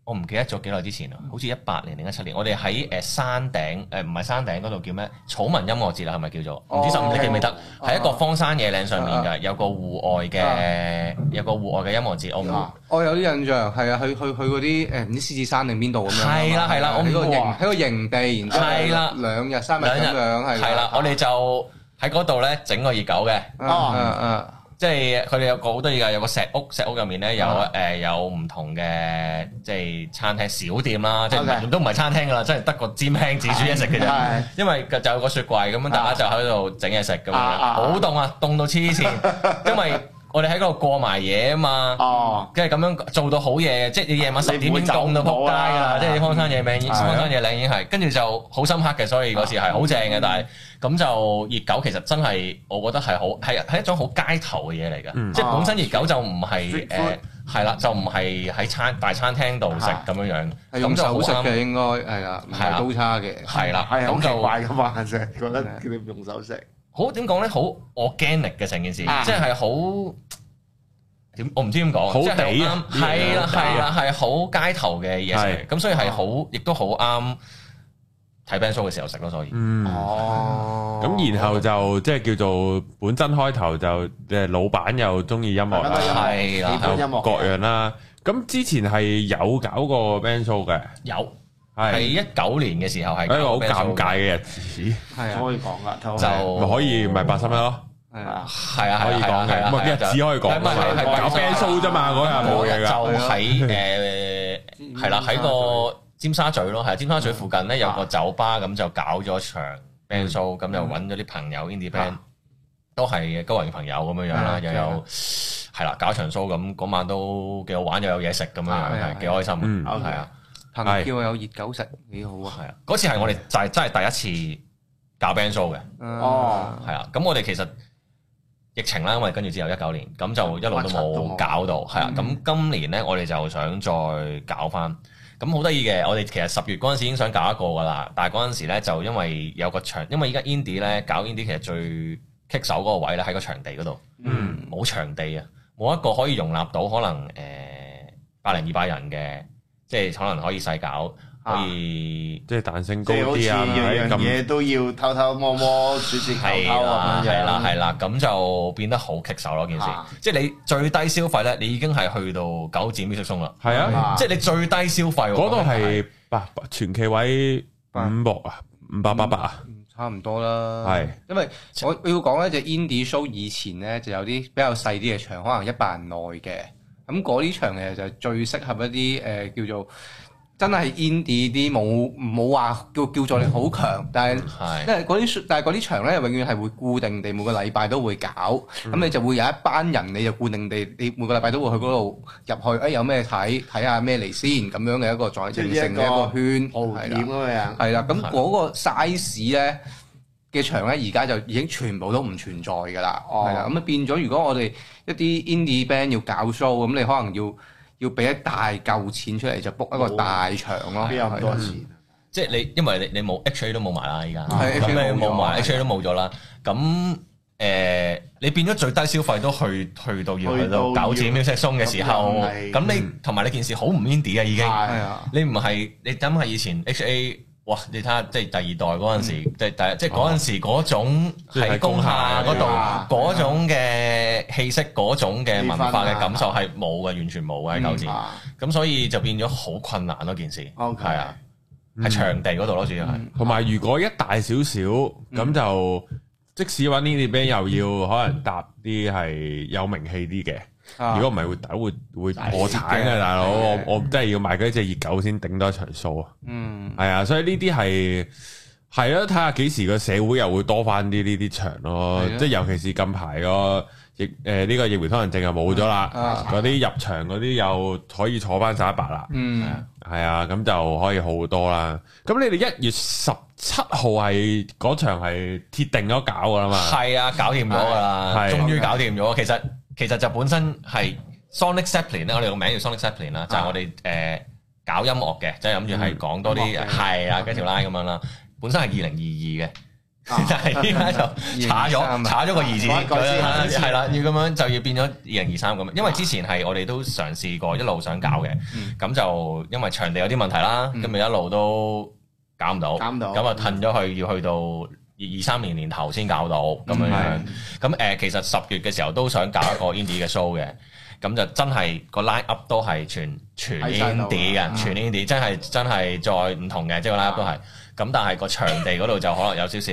我唔記得咗幾耐之前啦，啊
嗯
好似一八年定一七年，我哋喺誒山頂呃誒唔係山頂嗰度叫咩草民音樂節啦，係咪叫
哦
做？唔知十五你記唔記得？喺一個荒山野嶺上面
啊
嘅，有個戶外嘅有個戶外嘅音樂節，我唔
啊
我哦有啲印象係啊，去去去嗰啲誒唔知獅子山定邊度咁樣。啊
係啦係啦我
喺
唔
個營
哇
喺個營地，然之後
係啦
兩日三日咁樣
啊
係
係啦，我哋哦就喺嗰度咧整個熱狗嘅。
啊啊啊
即係佢哋有個好得意㗎，有個石屋，石屋入面咧有
啊
誒有唔同嘅即係餐廳小店啦，即
OK
係都唔係餐廳㗎啦，即係得個煎輕自煮嘢食嘅啫。
係
因為就有個雪櫃咁樣，大家就喺度整嘢食咁樣，
啊啊啊
好凍啊，凍到黐線。因為我哋喺嗰度過埋夜啊嘛，
哦，
跟住咁樣做到好夜嘅，即係你夜晚十點已經凍到撲街㗎啦，即係荒山野嶺已經
係啊
荒山野嶺已經係，跟住就好深刻嘅，所以嗰時係好正嘅，但係咁就熱狗其實真係我覺得係好係係一種好街頭嘅嘢嚟
嗯
嘅，即係本身熱狗就唔
Street
係
food
誒係啦，就唔係喺餐大餐廳度食咁樣樣，
係用
咁就好
手食
啱
嘅應該係啦，唔
係
係
啦
刀叉嘅。
係啦，
係好
咁
奇
就。
怪噶嘛，成日覺得叫你用手食，
好點講咧？好 organic 嘅成件事，
啊
即係好點？我唔知點講，
好
即係
地
啱
啊呢樣嘢
係啦
好地
係
啊
啦係好街頭嘅嘢
係
食，咁所以係好，亦都好啱睇 band show 嘅時候食咯。所以
嗯。
Ờ. 哦
咁然後就即係叫做本身開頭就誒老闆又中意音樂
係
啦，
係
喜
啦
歡，音
又
樂
各樣啦。咁之前係有搞過 band show 嘅，
有係
係
一九年嘅時候係
一個好
搞 band show
尷尬嘅日子，
係啊
可以講噶，就
就
咪可以咪八十蚊咯，
係
係
啊。
啊
係啊，
可以講嘅，唔係日子可以講㗎嘛，
係係係
搞 band show 啫嘛，嗰日冇嘢㗎。
啊
啊
就 喺誒係啦，喺個尖沙咀咯，係尖沙咀附近
嗯
咧有個酒吧咁就搞咗場 band show，咁就揾咗啲朋友
嗯
indie band，都係高人嘅朋友咁樣樣
啊
啦，又有係啦，搞場 show 咁嗰晚都幾好玩，又有嘢食咁樣樣，係幾開心，
嗯
係啊，
朋
係
叫我有熱狗食，幾好啊！
係啊，嗰次係我
嗯
哋就係真係第一次搞 band show 嘅，
哦
係啊，咁我哋其實。疫情啦，因為跟住之後一九年，咁就一路都冇搞到，係啊。咁今年呢，我哋就想再搞翻，咁好得意嘅。我哋其實十月嗰陣時已經想搞一個噶啦，但係嗰陣時呢，就因為有個場，因為依家 indie 呢，搞 indie 其實最棘手嗰個位呢，喺個場地嗰度，
嗯
冇場地啊，冇一個可以容納到可能誒百零二百人嘅，即係可能可以細搞，可以。
即係彈性
即
高
係好似
啲啊，
樣樣
咁
嘢都要偷偷摸摸、鼠鼠偷偷
係
啊咁
啦，
樣樣，
係啦，係啦，咁就變得好棘手咯件事
啊。
即係你最低消費咧，你已經係去到九展 music 松啦。
係啊，
啊
即係你最低消費喎
嗰度係八全企位五百啊，五百八百啊，
嗯差唔多啦。
係，
因為我要講咧，就 indie show 以前咧就有啲比較細啲嘅場，可能一百人內嘅。咁嗰啲場其實就最適合一啲誒、呃叫做真係 indie 啲，冇冇話叫叫做你好強，但係。因
係
為嗰啲但係嗰啲場咧，永遠係會固定地每個禮拜都會搞，咁、你就會有一班人，你就固定地，你每個禮拜都會去嗰度入去，誒、有咩睇，睇下咩嚟先，咁樣嘅一個再形成嘅一個圈，
蒲
係
點
啦，
咁樣樣。
係啦，咁嗰個 size 咧，嘅場咧，而家就已經全部都唔存在㗎啦，
哦
係啦、咁啊變咗，如果我哋一啲 indie band 要搞 show，咁你可能要要俾一大嚿錢出嚟，就 book 一個大場咯，
邊有咁多
係啊
錢？
即係你，因為你你冇 HA 都冇埋啦，依家
係
咁
HA
你冇
冇咗
埋 HA 都冇咗啦。咁誒，你變咗最低消費都去去到要去
去到
到九點 music song 嘅時候，
咁又係
咁你同埋你件事好唔 indie 啊已經。
係
係啊，
你唔係你諗下以前 HA，哇！你睇下即係第二代嗰陣時，
嗯
即係第即
哦
係嗰陣時嗰種喺工廈嗰度
啊
嗰種嘅氣息、嗰種嘅文化
氣氛
嘅
啊
感受係冇嘅，完全冇嘅喺舊時。
嗯
啊
咁所以就變咗好困難咯，件事
OK
係啊，喺場地嗰度咯，主要係
同埋如果一大少少咁
嗯
就，即使揾呢啲 band 又要可能搭啲係有名氣啲嘅，
啊
如果唔係會大會會破產嘅大佬，我我真係要賣嗰只熱狗先頂多一場數啊！
嗯
係啊，所以呢啲係係啊咯，睇下幾時個社會又會多翻啲呢啲場咯
係啊，
即係尤其是近排個疫誒呢個疫苗通行證又冇咗啦
啊，
嗰啲入場嗰啲又可以坐翻晒一白啦，
嗯，
係啊，咁就可以好多啦。咁你哋一月十七號係嗰場係鐵定咗搞噶啦嘛，
係啊，搞掂咗㗎啦，
係
終於搞掂咗。其實其實就本身係 Sonic Zeppelin 咧，我哋個名叫 Sonic Zeppelin 啦，就係我哋誒搞音樂嘅，即係諗住係講多
音樂
啲
嘅
係啊，跟條 line 咁樣啦。本身係二零二二嘅。
啊
但係依啊 家就查咗
2023
查咗個二字
改一改先改一改
先，
先
係啦，要咁樣就要變咗二零二三咁。因為之前係我哋都嘗試過一路想搞嘅
嗯，
咁就因為場地有啲問題啦，
嗯
咁咪一路都搞唔到，
搞唔到
咁啊褪咗去要去到二二三年年頭先搞到咁
嗯
樣樣。咁誒，其實十月嘅時候都想搞一個 indie 嘅 show 嘅，咁就真係個 line up 都係全全
喺晒度
indie
啊
嘅，全 indie 真係真係再唔同嘅，即係個 line up 都係。咁但係個場地嗰度就可能有少少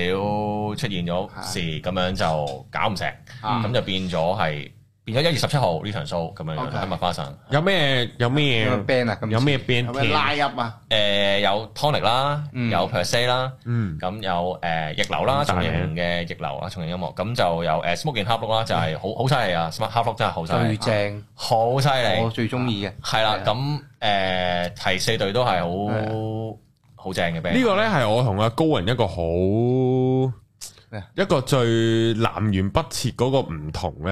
出現咗事，咁樣就搞唔成，
啊
咁就變咗係變咗一月十七號呢場 show 咁樣樣
OK
喺麥花臣。
有咩有咩
有咩 band 啊？咁
有咩 band
有咩
聽
拉入啊？
誒呃有 tonic 啦，
嗯
有 per se 啦。
嗯
咁有誒逆流啦，
咁大
重型嘅逆流啦，啊重型音樂，咁就有誒 Smoking Hard Rock 啦，就係好好犀利啊！Smart Hard Rock 真係好犀
最
利，
正，
好犀
我
利，
最中意嘅，
係啦
係啊。
咁誒係四隊都係
啊
好好正嘅 band，
呢個呢係我同阿高人一個好
咩
一個最南轅北轍嗰個唔同呢，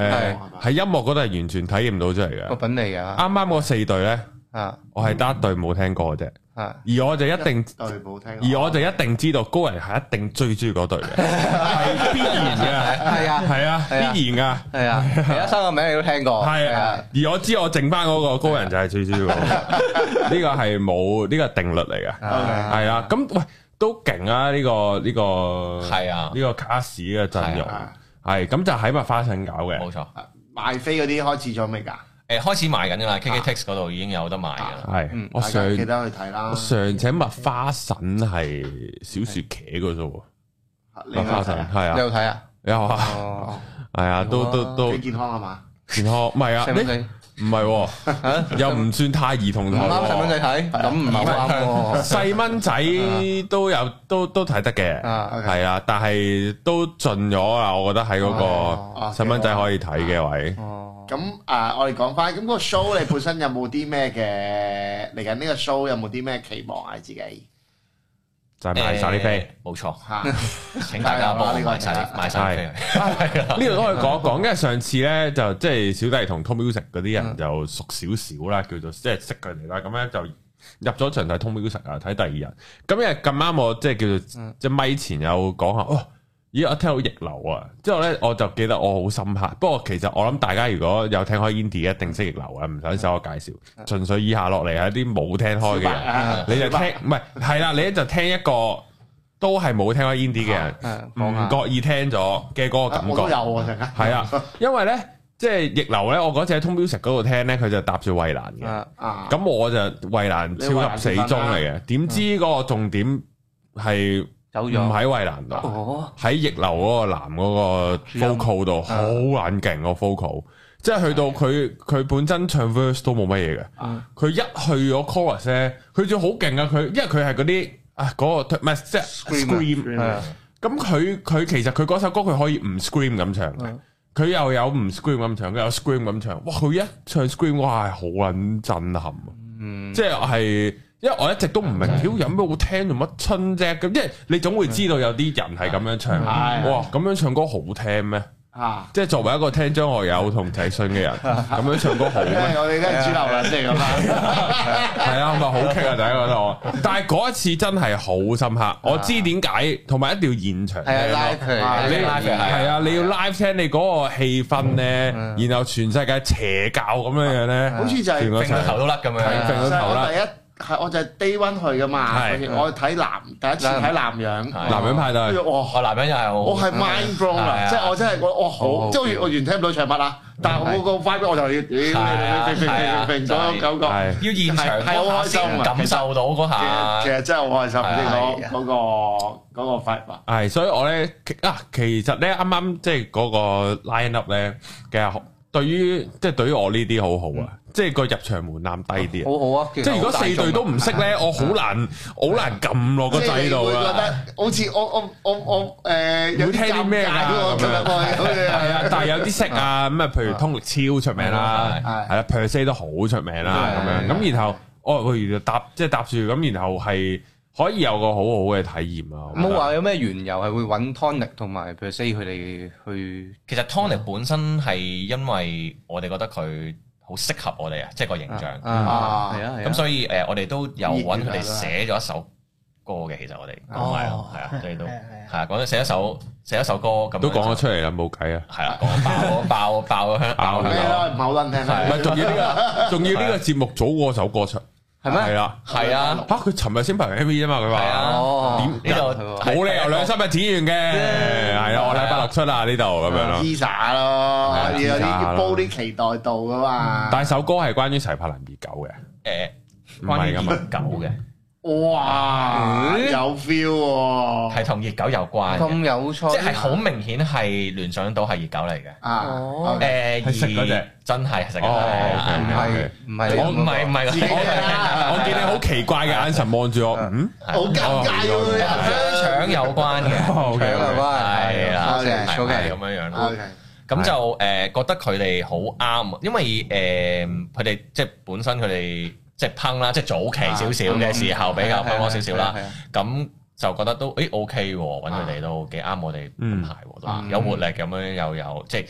係
喺音樂嗰度係完全體驗到出嚟
我
嘅。
品嚟㗎，
啱啱嗰四隊呢，
啊
我係得一隊冇聽過嘅
啊，
啫，而我就一定。
對冇聽過。
而我就一定知道高人係一定最中意嗰隊嘅，係必然
係
嘅，
啊
係啊，
係啊哦
必然
係啊，其他三個名你都聽
噶，
過，
係啊。。而我知我剩翻嗰個高人就係最中意嗰個，呢個係冇呢個定律嚟嘅，
啊
係啦。咁喂都勁啊！呢個呢個
係啊，
呢個卡士嘅陣容
係
啊
係咁就喺麥花臣搞嘅，
冇錯。
賣飛嗰啲開始咗未㗎？
誒開始賣緊㗎啦，KKTix 嗰度已經有得賣㗎啦。
係
嗯
我
大家記
上
得去睇啦
我。上請麥花臣係小薯茄嗰啫喎，
你
麥花臣
睇
係
你
啊
有睇啊？
有啊
哦，
係啊，都都都
最健康係嘛？
健康唔係啊，
哦細蚊仔啊
你唔係 喎又唔算太兒童
唔
台
啱細
喎，
蚊仔睇，咁唔係好啱
細蚊仔都有都都睇得
喎。
嘅，
啊，
係啊，但係都盡咗啦，我覺得喺嗰個
哦
細蚊仔可以睇嘅位。
哦，
咁啊，我哋講翻咁個 show，你本身有冇啲咩嘅嚟緊呢個 show 有冇啲咩期望係 自己
就係賣晒啲飛，
誒，呃冇錯。
嚇？
請大家幫我
呢個
買晒啲
係啊
買晒啲飛。係啦
呢度都可以講一講，因為上次咧就即係小弟同 Tom Music 嗰啲人就熟少少啦，叫做即係識佢哋啦。咁咧就入咗場睇 Tom Music 啊，睇第二日。咁因為咁啱我即係叫做
嗯
即係咪前有講下哦。咦！我聽到逆流啊，之後咧我就記得我好深刻。不過其實我諗大家如果有聽開 Indie 一定識逆流啊，唔使使我介紹。純粹以下落嚟係一啲冇聽開嘅人，
啊
你就聽唔係係啦，你咧就聽一個都係冇聽開 Indie 嘅人，
嗯
唔覺意聽咗嘅嗰個感
啊我
覺
都有。喎，陣間
係啊，因為咧，即係逆流咧，我嗰次喺 Tom Music 嗰度聽咧，佢就搭住衛蘭嘅，
啊，
啊，
咁我就衛蘭超級死忠嚟嘅，點知嗰個重點係
走
唔
嗯咗。
喺衛蘭度，
哦，
喺逆流嗰個男嗰個 vocal 度
啊
好撚勁個 vocal，即係去到佢佢本身唱 verse 都冇乜嘢嘅。
嗯
佢一去咗 chorus 咧，佢仲好勁啊！佢因為佢係嗰啲啊嗰、個唔係即係 scream，
係啊
咁佢佢其實佢嗰首歌佢可以唔 scream 咁唱嘅
嗯，
佢又有唔 scream 咁唱，佢有 scream 咁唱，哇！佢一唱 scream，哇係好撚震撼啊！
嗯，
即係因為我一直都唔明，屌有咩好聽做乜春啫？咁即係你總會知道有啲人係咁樣
嗯
唱，
係
哇！咁樣唱歌好聽咩？
啊！
即係作為一個聽張學友同陳奕迅 嘅人，咁樣唱歌好
因
咩？
為我哋都係主流啦，即係咁啦。
係啊，咪好棘啊！大家覺得我，但係嗰一次真係好深刻，我知點解，同埋一定要現場
係啊
聽咯
拉佢，
啊
你
呢
拉佢
係啊，你要 live 聽你嗰個氣氛咧，
嗯
然後全世界邪教咁樣樣咧，
好似就係
全個
揈到
場
頭都甩咁
係
樣，
揈到頭
我
啦
第，一係我就係 day one 去噶嘛，
係
我睇南第一次睇南洋，
係
男人派
跟
對
住哇！
我男人又係好，
我係 mind blown
係
啦，
啊
即係我真係我我好，
好
即係我完全聽唔到唱乜啦，但係我個 vibe 我就要明咗
啊係啊
感覺。
係
要現場
係係好開
嗰下
心啊
先感受到嗰
其實其
下，
實真係好開心，即
係
係嗰嗰個嗰個 vibe 啊！
係，所以我咧其啊，其實咧啱啱即係嗰個 line up 咧嘅，對於即係對於我呢啲好好啊，即係個入場門檻低啲啊，
好好啊，即
即係如果四隊都唔識咧，我好難好難撳落個
即係
掣
你
度
會覺
啊。
得好似我我我我誒有
會
啲
聽啲咩
尷尬
㗎咁
喎
樣
咁樣我好似
係啊，但係有啲識啊，咁啊，譬如通力超出名啦，
係
係啦 per se 都好出名啦，咁樣
係
咁然後哦，佢原來搭即係搭住咁，然後係可以有個好好嘅體驗啊。我覺得
冇話有咩緣由係會揾 Tonic 同埋 per se 佢哋去
其實 Tonic 本身係因為我哋覺得佢好適合我哋啊，即係個形象。
啊，係啊係啊，
咁所以誒，我哋都有揾佢
熱血啊
哋寫咗一首歌嘅，其實我哋講埋咯，係啊，所以都
係
係
啊係啊
啊，講咗寫一首寫一首歌咁，
都講咗出嚟啦，冇計啊。
係啦，講爆爆爆咗香爆
爆
香
咩
港，
啦，唔係好多人聽
唔
啦
係，仲要呢個，仲要呢個節目早過首歌出，
係咩
係啦，
係啊，
嚇佢尋日先拍完 MV 啫嘛，佢
係
話
啊，
哦
點
呢度
係喎
冇理由兩三日剪完嘅，係啊，我禮拜六出啦呢度咁樣咯。
，Pizza 咯，
係
有
，Pizza
啲
啦
要煲啲期待度噶嘛。
但係首歌係關於齊柏林二狗嘅，
誒，
唔
關
係㗎
於熱
嘛。
狗嘅，
哇，
嗯
有 feel 喎！
係同熱狗有關嘅，
咁有趣，
即係好明顯係聯想到係熱狗嚟嘅。
啊，
哦
誒，
OK，
係食嗰隻
而真係係食嗰隻，
哦
係啊
唔
OK
係唔係
我唔係唔係
自己嘅啦
我見你好奇怪嘅眼神望住我，嗯，
好尷尬喎！
香腸有關嘅，
哦，OK，OK
係嘛
係啦，
OK，
係係
OK
係咁樣樣咯。
OK，
咁就誒、呃、覺得佢哋好啱，啊因為誒佢哋即係本身佢哋即係烹啦，即係早期少少嘅時候比較
係啊係啊
烹多少少啦
係啊係啊。
咁就覺得都誒 OK 喎，揾佢哋都幾啱我哋品牌喎，
啊
都
嗯
有活力咁樣又有即係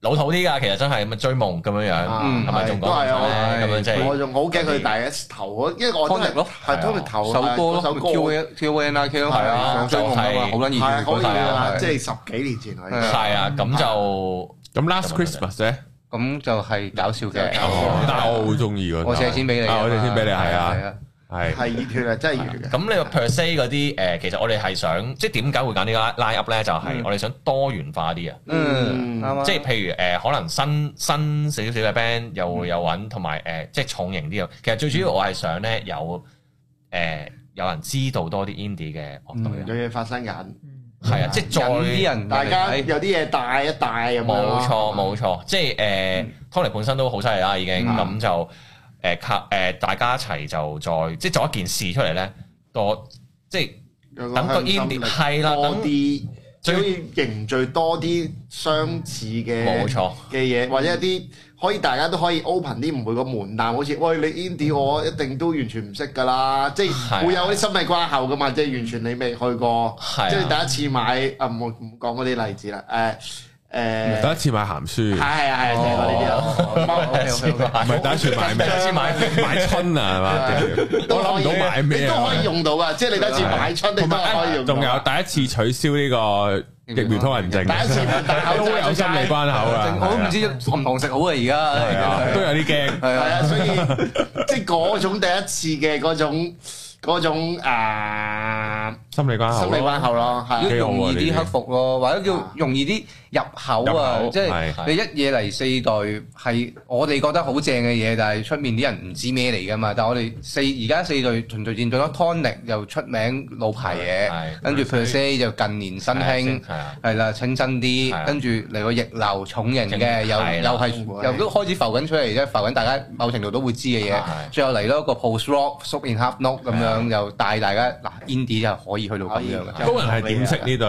老土啲㗎，其實真係咁啊追夢咁樣樣，
嗯
係咪仲講
都係
啊
咧？咁樣即
我
係
仲好驚佢第一頭嗰，因為我都
Tonic
係
咯
係通常頭
首歌咯，
首歌
Q N Q N 啦，Q N
係啊
追夢啊
就
嘛，
係
好撚熱血嗰
係可以
陣
啦，
係
即係十幾年前啦已經。
係啊，咁就
咁 Last Christmas 咧，
咁就係搞笑嘅，
但係我好中意嗰首，
我借錢俾你啊嘛，
啊我借錢俾你係
係
啊，
啊，
係
係熱血啊，真係熱血嘅。
咁你話 per se 嗰啲誒，其實我哋係想即係點解會揀呢個 line up 咧？就係、我哋想多元化啲啊。
嗯，啱啊，
即係譬如誒、呃可能新新少少嘅 band 又會有揾，同埋誒即係重型啲嘅。其實最主要我係想咧有誒、呃有人知道多啲 indie 嘅樂隊啊，
有嘢發生緊，
係啊，即係
引啲
再
人
大家
嚟睇
有啲嘢帶一帶咁樣
冇
咯。
錯冇錯，即係誒 Tony 本身都好犀利啦，已經咁、就誒靠誒大家一齊就再即係做一件事出嚟咧，多即係
有
等個
向心
indie
力
係啦，
多
等
啲，
最
可以凝聚多啲相似嘅
冇錯。
嘅嘢，或者一啲可以大家都可以 open 啲，唔會個門檻好似喂你 indie 我一定都完全唔識㗎啦，即
係啊
係會有啲心理關口㗎嘛，即係完全你未去過，
係啊
即係第一次買啊唔唔講嗰啲例子啦，誒誒
第一次買鹹書，
係啊係啊，聽過呢啲啊，
唔係第一次買咩？
第一次買
買春啊，係嘛？
都
我諗唔
可以
到買咩
你都
啊
可。以用到㗎，即係你第一次買出，你
同
都
埋
可以
哎
用到
仲
㗎。
有第一次取消呢個疫苗通行證，
第一次唔戴口罩
都有心理關口啊，
我都唔知堂唔堂食好啊，而
係啊，
家
都有啲驚。
係
係
啊，
啊，所以即係嗰種第一次嘅嗰種嗰種啊
心理關口
心理
咯，
關口咯，
要
係
容易啲克服咯，或者叫容易啲入口啊
入，口
即
係
係你一嘢嚟四代係我哋覺得好正嘅嘢，但係出面啲人唔知咩嚟噶嘛。但係我哋四而家四隊循序漸進咯，Tonic 又出名老牌
啊係
嘢，跟住嗯 per se 就近年新興。
係啊。
係啦，清新
係啊
啲，跟住嚟個逆流重型
正
嘅，又
係啦
又係又都開始浮緊出嚟啫，浮緊大家某程度都會知嘅
係
嘢。最後嚟多個 post rock、s o in half note 咁樣，又帶大家嗱 indie 就可以去到咁樣嘅。
可以
高人係點識呢對？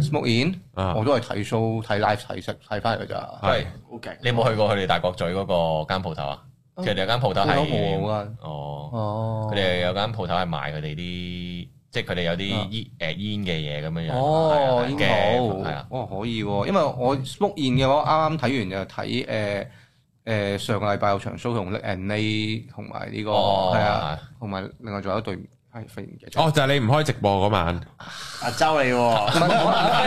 Smoke in，
啊
我都係睇 show、睇 live、睇食、睇翻嚟㗎咋。
係
係，
OK。
你有冇去過佢哋大角咀嗰個間鋪頭啊？
誒
其實有間鋪頭係
好哦冇啊
哦，
哦
佢哋有間鋪頭係賣佢哋啲，即係佢哋有
啊
啲煙誒煙嘅嘢咁樣樣。
哦，
係啊
煙霧
係嘅係啊，
哦可以喎，因為我 book 現嘅話，啱啱睇完就睇誒誒上個禮拜有場 show 同 Nick and Lay 同埋呢個
哦
係啊，同埋另外仲有一對係忽然唔記得咗。
哦，就係你唔開直播嗰晚，
阿周你喎，
係
哦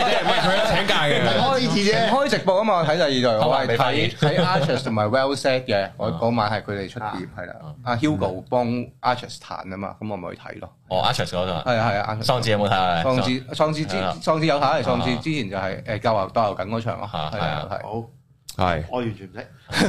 即係唔係佢請假嘅，
我支持啫。
開直播啊嘛，我睇第二隊，
偷
我
拍
係
俾發現
睇睇 Arches 同埋 Well Set 嘅，我
啊
嗰晚係佢哋出碟係啦
啊，
阿 Hugo 幫 Arches 彈啊嘛，咁我咪去睇咯。
哦 Archers 嗰度啊，
係啊係啊，Arches
喪子有冇睇啊？
喪志喪志之
係啦
喪志有睇，喪志
啊
之前就係誒教牛鬥牛緊嗰場咯，
啊
係
係
啊
啊
係。
好，
係
我完全唔識。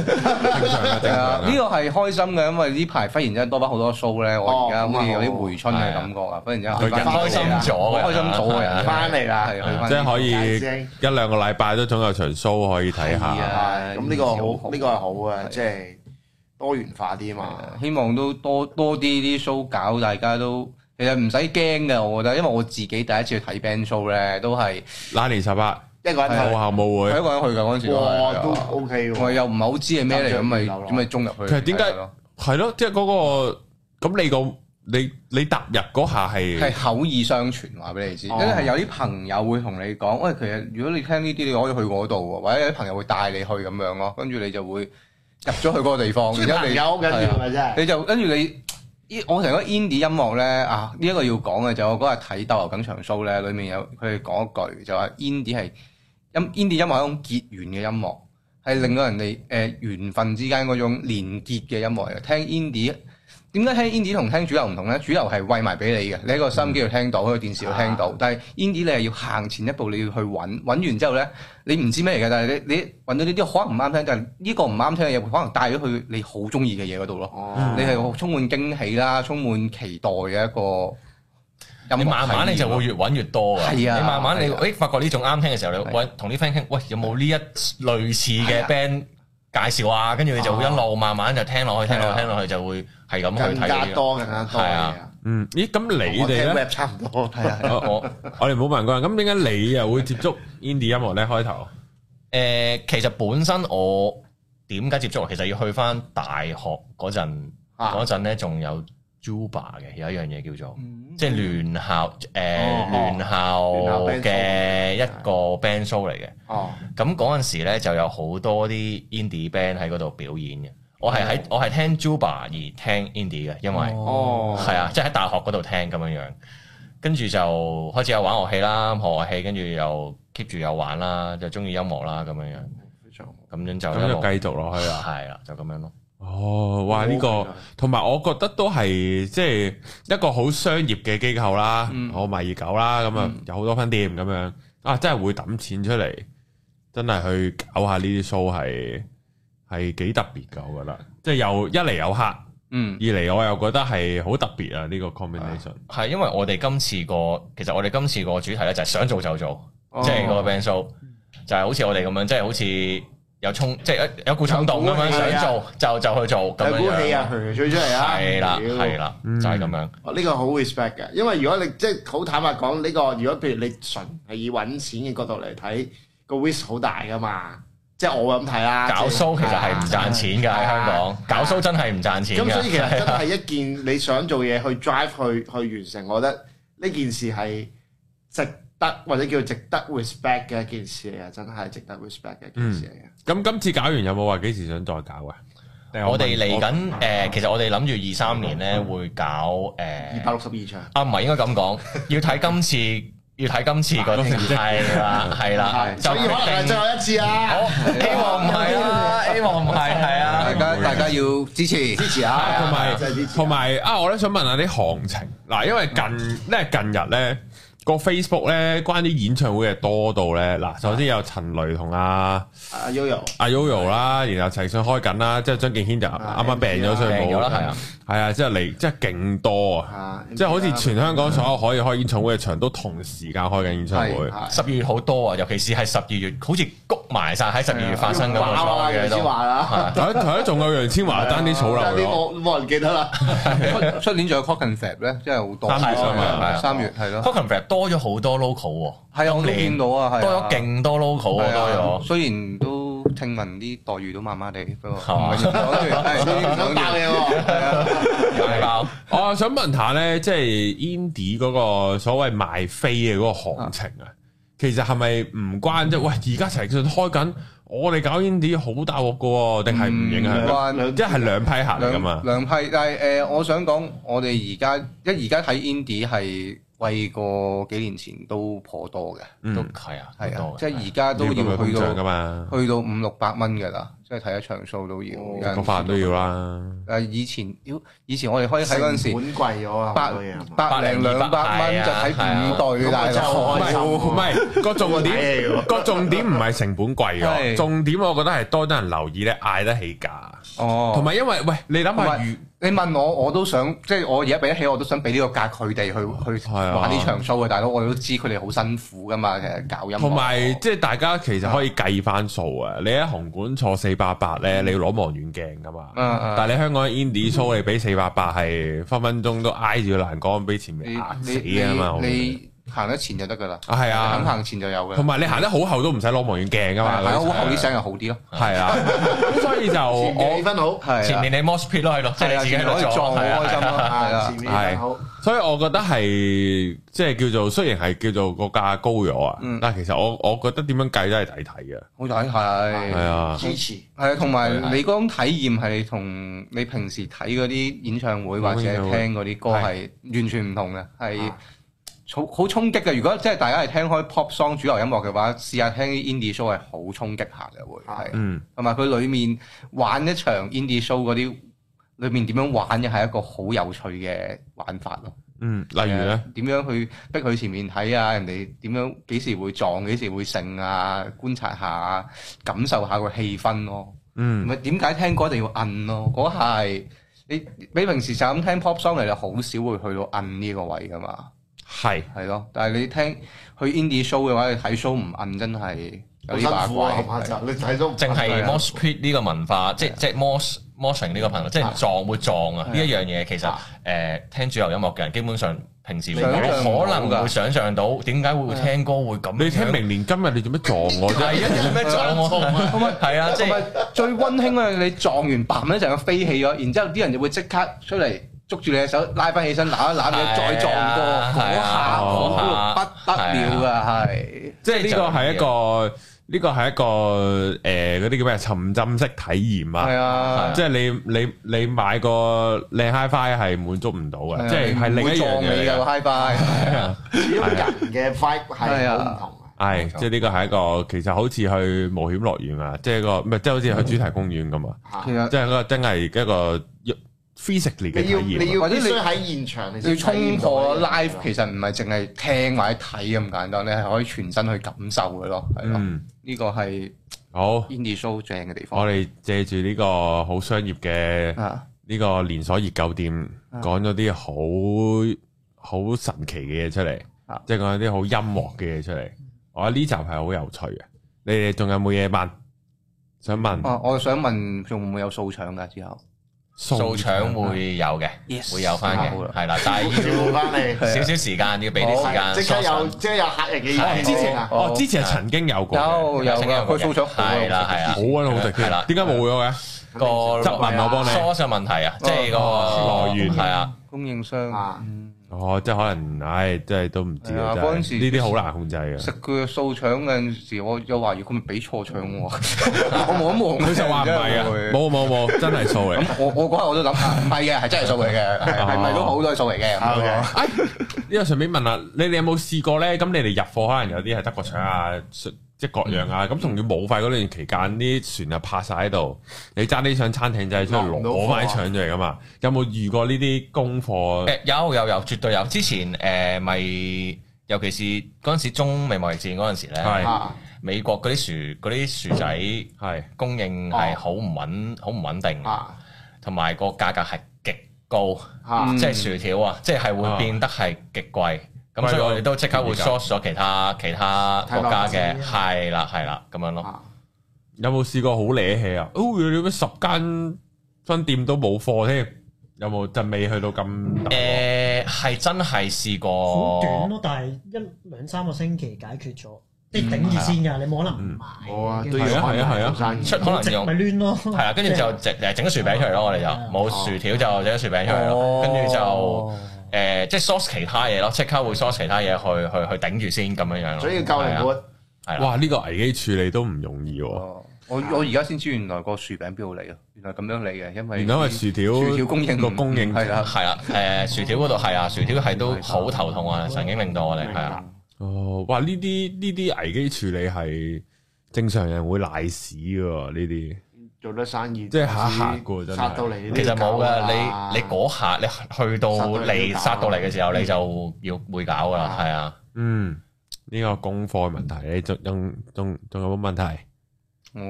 正常嘅，正常嘅。
係啊，呢個係開心嘅，因為呢排忽然之間多翻好多 show 咧，我而家
哦
好似有啲回春嘅感覺啊！忽然之間
佢人
開心咗嘅
啊開心咗嘅人
翻嚟啦
係啊去翻
即係可
大
以
聲
一兩個禮拜都總有場 show 可以睇
係
下
啊。
係咁呢個好，呢個係好
係
嘅，即係多元化啲嘛。
啊希望都多多啲啲 show 搞，大家都其實唔使驚嘅，我覺得，因為我自己第一次去睇 band show 咧，都係
那年十八
一個人
冇
睇，
校舞
我
會
一，個人去嘅嗰陣時都
哇，
係係
都
啊
OK
我
喎。
又唔係好知係咩嚟，咁咪
走咗入樓咯
咁咪衝入去。
其實點解
係咯
係咯，即係嗰個咁你個你你踏入嗰下
係
係
口耳相傳話俾你知，因
哦
為係有啲朋友會同你講，喂，其實如果你聽呢啲，你可以去嗰度喎，或者有啲朋友會帶你去咁樣咯，跟住你就會入咗去嗰個地方，
即係
然後
朋
你
友好緊要
係啊
嘅真係。
你就跟住你。依我成個 indie 音樂咧啊，呢、一個要講嘅就我嗰日睇鬥牛梗場 show 咧，裡面有佢哋講一句就話 indie 係音 indie 音樂係一種結緣嘅音樂，係令到人哋誒、呃、緣分之間嗰種連結嘅音樂嚟嘅。聽 indie 點解聽 indie 同聽主流唔同咧？主流係喂埋俾你嘅，你喺個心機度聽到，喺個電視度聽到。但係 indie 你係要行前一步，你要去揾，揾完之後咧，你唔知咩嚟嘅，但係你你揾到呢啲可能唔啱聽，但係呢個唔啱聽嘅嘢，可能帶咗去你好中意嘅嘢嗰度咯。
哦
你係充滿驚喜啦，充滿期待嘅一個音樂體驗。啊
你慢慢你就會越揾越多㗎。
係啊
你慢慢你
係啊
誒發覺呢種啱聽嘅時候，你
係
喂同啲 friend 傾，喂有冇呢一類似
係
嘅
啊哦
band 介紹啊？跟住你就會一路慢慢就聽落去，聽落
係啊
去，聽落去就會係咁去
更
睇
加
呢啲咯。
多，更加多嘅
係
嘢
啊
啊。
嗯咦？咁你
我
哋
聽
咧？
rap 差唔多，
係啊，
我
我
我哋唔好問嗰人，咁點解你又會接觸 indie 音樂咧？開頭
誒、其實本身我點解接觸？其實要去翻大學嗰陣，
啊
嗰陣咧仲有 Juba 嘅，有一樣嘢叫做，
嗯
即係聯校誒、
哦
聯校
聯校 band
嘅一個 band show 嚟嘅。
哦，
咁嗰陣時咧就有好多啲 indie band 喺嗰度表演嘅。我係喺我係聽 Juba 而聽 indie 嘅，因為。
哦，
係啊，即係喺大學嗰度聽咁樣樣，跟住就開始有玩樂器啦，學樂器，跟住又 keep 住有玩啦，就中意音樂啦咁樣樣，
非常好，
咁樣就
咁
一
就
路
繼續落
啊
去啦。
係啦，就咁樣咯。
哦，哇！呢個同埋我覺得都係即係一個好商業嘅機構啦，
嗯
我賣熱狗啦，咁啊
嗯
有好多分店咁樣啊，真係會揼錢出嚟，真係去搞下呢啲 show 係係幾特別㗎，我覺得即係又一嚟有客，二
嗯
嚟我又覺得係好特別啊！呢個 combination
係因為我哋今次個其實我哋今次個主題咧就係想做就做，
哦
即係個 band show 就係好似我哋咁樣，即係好似有衝，即係有有股衝動咁
有股氣啊
樣想做就就去做咁
有股
樣
氣
樣
啊，。佢吹出嚟啊，
係啦，
屌
係啦，就係咁樣。
哦呢個好 respect 嘅，因為如果你即係好坦白講，呢、個如果譬如你純係以揾錢嘅角度嚟睇，個 risk 好大噶嘛，即係我咁睇啦。
搞
即啊係啊
show 其實係唔賺錢㗎，喺香港搞 show 真係唔賺錢
咁所以其
㗎。
實真係一件你想做嘢去 drive 去去完成，我覺得呢件事係值得或者叫值得 respect 嘅一件事嚟嘅，真係值得 respect 嘅一件事嚟嘅。
咁今次搞完有冇話幾時想再搞啊？定係
我哋
問
嚟緊誒，其實我哋諗住二三年咧會搞誒，
嗯二百六十二場，
啊唔係應該咁 講，要睇今次要睇今次個
個成績
係啦係啦，就
所以可能係最
定
後一次啊！
好希望唔係啦，希 望唔係係
大
啊，
家大家要支持。
支持啊，
同埋
真係支持啊
同埋啊，我咧想問下啲行情嗱，因為近咧近日咧個 Facebook 咧關於演唱會嘅多到咧嗱，首先有陳雷同阿
阿啊 Yoyo
阿 Yoyo 啦，然後陳奕迅開緊啦，即係張敬軒就啱啱病咗，所以
病咗
冇
啦係啊，
係啊，即係嚟即係勁多啊，
啊，
即係好似全香港所有可以開演唱會嘅場都同時間開緊演唱會
係。係
十二月好多啊，尤其是係十二月，好似谷埋晒喺十二月發生咁
要爆啊
所有嘢都
楊千嬅啦
係啊
頭頭一仲有楊千嬅單啲草
啦，
樓
啲
咗，
冇冇人記得啦。
出出年仲有 Cocken Fab 咧，真係好多。
三月
啊嘛係啊
三月係
c
咯
o，c o n f a b 多咗好多 local 喎。
係啊，我都
今年
見到啊，係啊
多咗勁多
係
local 啊，
啊
多咗。
雖然都聽聞啲待遇都麻麻地，不過
係嘛
唔緊要講完係呢啲唔
想
講
爆
完
嘢喎，
係啊
有包
我哦想問下咧，即係 Indy 嗰個所謂賣飛嘅嗰個行情啊，其實係咪唔關
嗯
啫？喂，而家成日開緊，我哋搞 Indy 好大鑊嘅喎，定係唔 影
唔
響？
關兩
即係兩批客嚟噶
啊
嘛
兩？兩批，但係誒、呃我想講，我哋而家一而家睇 indie 係貴過幾年前都頗多嘅，
都
嗯，
係啊，
係啊
多，嘅
即係而家都要去到
噶嘛，
去到五六百蚊㗎啦，即係睇一場數都要。
哦
有陣時
個飯都要啦。
誒以前，妖以前我哋可以睇嗰陣時，
本貴咗啊，
百
好多嘢係嘛
百零兩百蚊就睇
啊
五對大佬，
唔係唔係個重
睇嚟
點，
喎
個重點唔係成本貴
哎係
喎，重點我覺得係多啲人留意咧，嗌得起價，
哦，
同埋因為喂，你諗
同
下
埋
如
你問我，我都想即係我而家俾得起，我都想俾呢個價佢哋去去
係啊嗯
玩呢場 show 嘅大佬，我都知佢哋好辛苦噶嘛，其實搞音樂
同埋即係大家其實可以計翻數
嗯
啊！你喺紅館坐四百八咧，你要攞望遠鏡噶嘛。
嗯嗯
但係你香港 indie show 你俾四百八係分分鐘都挨住個欄杆俾前面
你
壓死
你
啊嘛！我
你
覺得
你行得前就得噶啦，
啊係啊
你肯行前就有嘅。
同埋你行得好後都唔使攞望遠鏡噶嘛。
係啊，好
嗰啲
後啲聲又好啲咯，
係啊，咁所以就
我
我
氣氛好，
係啊
前面你 mosh pit 咯喺度，即
係
係你
啊，
自己
前面
喺
可
度
以撞
撞
好開心咯，係
啊，
啊
前。面氣氛好，
所以我覺得係即係叫做雖然係叫做個價高咗啊，
嗯
但係其實我我覺得點樣計都係抵睇嘅。
好睇係
係啊，
支持
係啊，同埋你嗰種體驗係同你平時睇嗰啲演唱會或者聽嗰啲歌係完全唔同嘅，係
啊
好好衝擊嘅。如果即係大家係聽開 pop song 主流音樂嘅話，試下聽啲 indie show 係好衝擊下嘅會
啊
係，
嗯，
同埋佢裡面玩一場 indie show 嗰啲，裡面點樣玩嘅係一個好有趣嘅玩法咯。
嗯，例如咧，
啊點樣去逼佢前面睇啊？人哋點樣幾時會撞，幾時會勝啊？觀察下，感受下個氣氛咯。唔
嗯
係點解聽歌一定要摁咯？嗰下係你你平時就咁聽 pop song 嚟，你好少會去到摁呢個位噶嘛，
係。
係咯。但係你聽去 indie show 嘅話，你睇 show 唔摁真係有
好
啲
辛
把
苦啊，係嘛
鬼。
就你睇到
淨係
啊
mosh pit 呢個文化，即係即係 mosh moshing 呢個朋友，即係撞會撞啊！
係啊
呢一樣嘢其實誒聽主流音樂嘅人，基本上平時
想象唔
可
到㗎啊
能會想象到點解會聽歌會咁樣。
你
嗯
聽明年今日你做咩撞我啫？
係啊？做咩撞我？係啊，即
同
係
埋最溫馨嘅係你撞完嘭一陣飛起咗，然之後啲人就會即刻出嚟捉住你隻手拉翻起身攬一攬
啊
你，再撞過嗰
係
下
啊
好
嗰下
不得了啊㗎，係
即係呢啊個係一個呢個係一個诶嗰啲叫咩沉浸式體驗
係
啊！
啊
係。
即係你你你買個靚 HiFi 係滿足唔到
啊
嘅，即係係另一樣嘢嚟嘅。啊
嘅 high
始終人嘅 vibe 係好唔同啊，
係，即係呢個係一個其實好似去冒險樂園啊，即係一個唔係即係好似去主題公園咁啊，
其
嚇
實
即係一個真係一個 physically 嘅
你
體
要你
驗啊。
要
或
必
者你
須喺現場你
要
先
衝
衝
破 live 其實唔係淨係聽或者睇咁簡單，你係可以全身去感受嘅咯，係咯。
嗯，
呢個係
好，
indie show 正嘅地
我
方
哋借住呢個好商業嘅。
啊！
呢個連鎖熱狗店
啊
講咗啲好好神奇嘅嘢出嚟
啊，
即係講咗啲好音樂嘅嘢出嚟。我覺得呢集係好有趣嘅。你哋仲有冇嘢問？想問
啊，我想問仲會唔會有掃搶㗎之後？
掃搶會有嘅
Yes，
會有翻
好啦
嘅，係啦， 但係
照顧翻你，
要少少時間，要俾啲時間
即刻有
source
即刻有客人嘅
哦
意
之
見
前
啊，
哦，之前係曾經有過嘅，
有有㗎，佢掃搶好啊
係啦係啦
好啊，好食
係啦
添。點解冇咗嘅？
個啊
質問啊我幫你
source 嘅問題啊，即係
哦
個
來源
係啊，
供應商
啊
嗯
哦，即係可能，唉，真係都唔知啊。
係啊
真
嗰陣時
係呢啲好難控制啊嘅
食。佢嘅掃搶嗰陣時，我有懷疑佢咪俾錯搶 我，我冇咁望
佢就話唔係啊，冇冇冇，真係數嚟。
咁我我嗰日我都諗啊唔係嘅，係真係數嚟嘅，係
哦
係咪都好多係數嚟嘅咁樣咯。
哎，呢個順便問下，你哋有冇試過咧？咁你哋入貨可能有啲係德國腸啊，即係各樣啊。咁仲要冇費嗰段期間，啲船啊泊晒喺度，你爭啲上餐艇仔出去攞
落唔到
攞
貨啊
埋搶咗嚟噶嘛？有冇遇過呢啲功課？
誒有有有，絕對有。之前誒咪，尤其是嗰陣時中美貿易戰嗰陣時
係
咧，
啊
美國嗰啲薯嗰啲薯仔
係
供應
哦
係好唔穩，好唔穩定，
啊
同埋個價格係極高，
啊
嗯
即係薯條啊，即係會變得係極貴。咁
貴
所以
咯
我哋都即刻會
而家
source 咗其他其他國家
泰
嘅，
國
係啦係啦咁樣咯。
啊
有冇試過好惹氣啊？哦，你咩十間分店都冇貨添？有冇就未去到咁大鑊？
誒係真係試
好
過
啊
短咯，但係一兩三個星期解決咗，即
嗯
係頂
啊
住先㗎，你冇
嗯
可能唔買。
冇啊，都要
係啊係啊係啊
做生意
出可能
直
用
咪攣咯。
係啊啦，跟住就整誒整咗薯餅出嚟咯，我哋就
哦
冇薯條就整咗薯餅出嚟
哦
咯，啊跟住就誒即係 source 其他嘢咯，即刻會 source 其他嘢去去去頂住先咁樣樣咯。
所以夠靈活，
係啊啦，
哇！呢個危機處理都唔容易喎，
哦我我而家先知原來個薯餅邊度嚟啊！原來咁樣嚟嘅，因為
原來因為薯條
薯條供應
個供應
係啦，
係啦，誒薯條嗰度係啊，薯條係都好頭痛啊，曾經令到
嗯
我哋係啊，
哦，哇！呢啲呢啲危機處理係正常人會賴屎嘅喎，呢啲
做得生意
即係下一刻㗎真係
殺到嚟，
其實冇
啊
噶，你你嗰下你去到嚟殺到嚟嘅時候，你就要會搞噶啦，係啊，
嗯呢個功課問題，你仲仲仲仲有冇問題？
我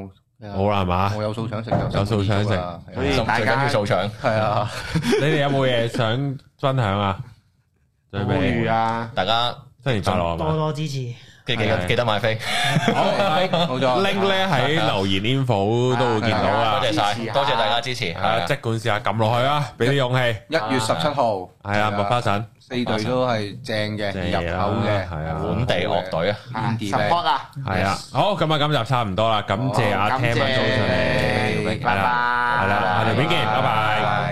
哎
好啦，係嘛？
我有素想食，有
有素想食
所
係
以
啊
最
大
緊要
家
掃場。
係啊，
你哋有冇嘢想分享啊？最
呼籲
尾
啊，
大家
新年快樂啊
多
嘛！
多支持，
記記得記得買飛，
啊 好冇錯
link 咧喺留言 info 都會見到
多
啊！
謝晒，多謝大家支持，係
係啊，
啊
即，管試下撳落去啊，俾啲勇氣。
一月十七號
係啊，麥花臣
四隊都係正嘅，
正嘢
入
啦
口嘅，
係啊
本地樂隊啊，
啊
Indie
support 啊，
係啊，好，咁啊，今集差唔多啦，感謝阿
好
Tim 啊，早上嚟，
感謝拜拜，
係啦，下條片見，拜拜。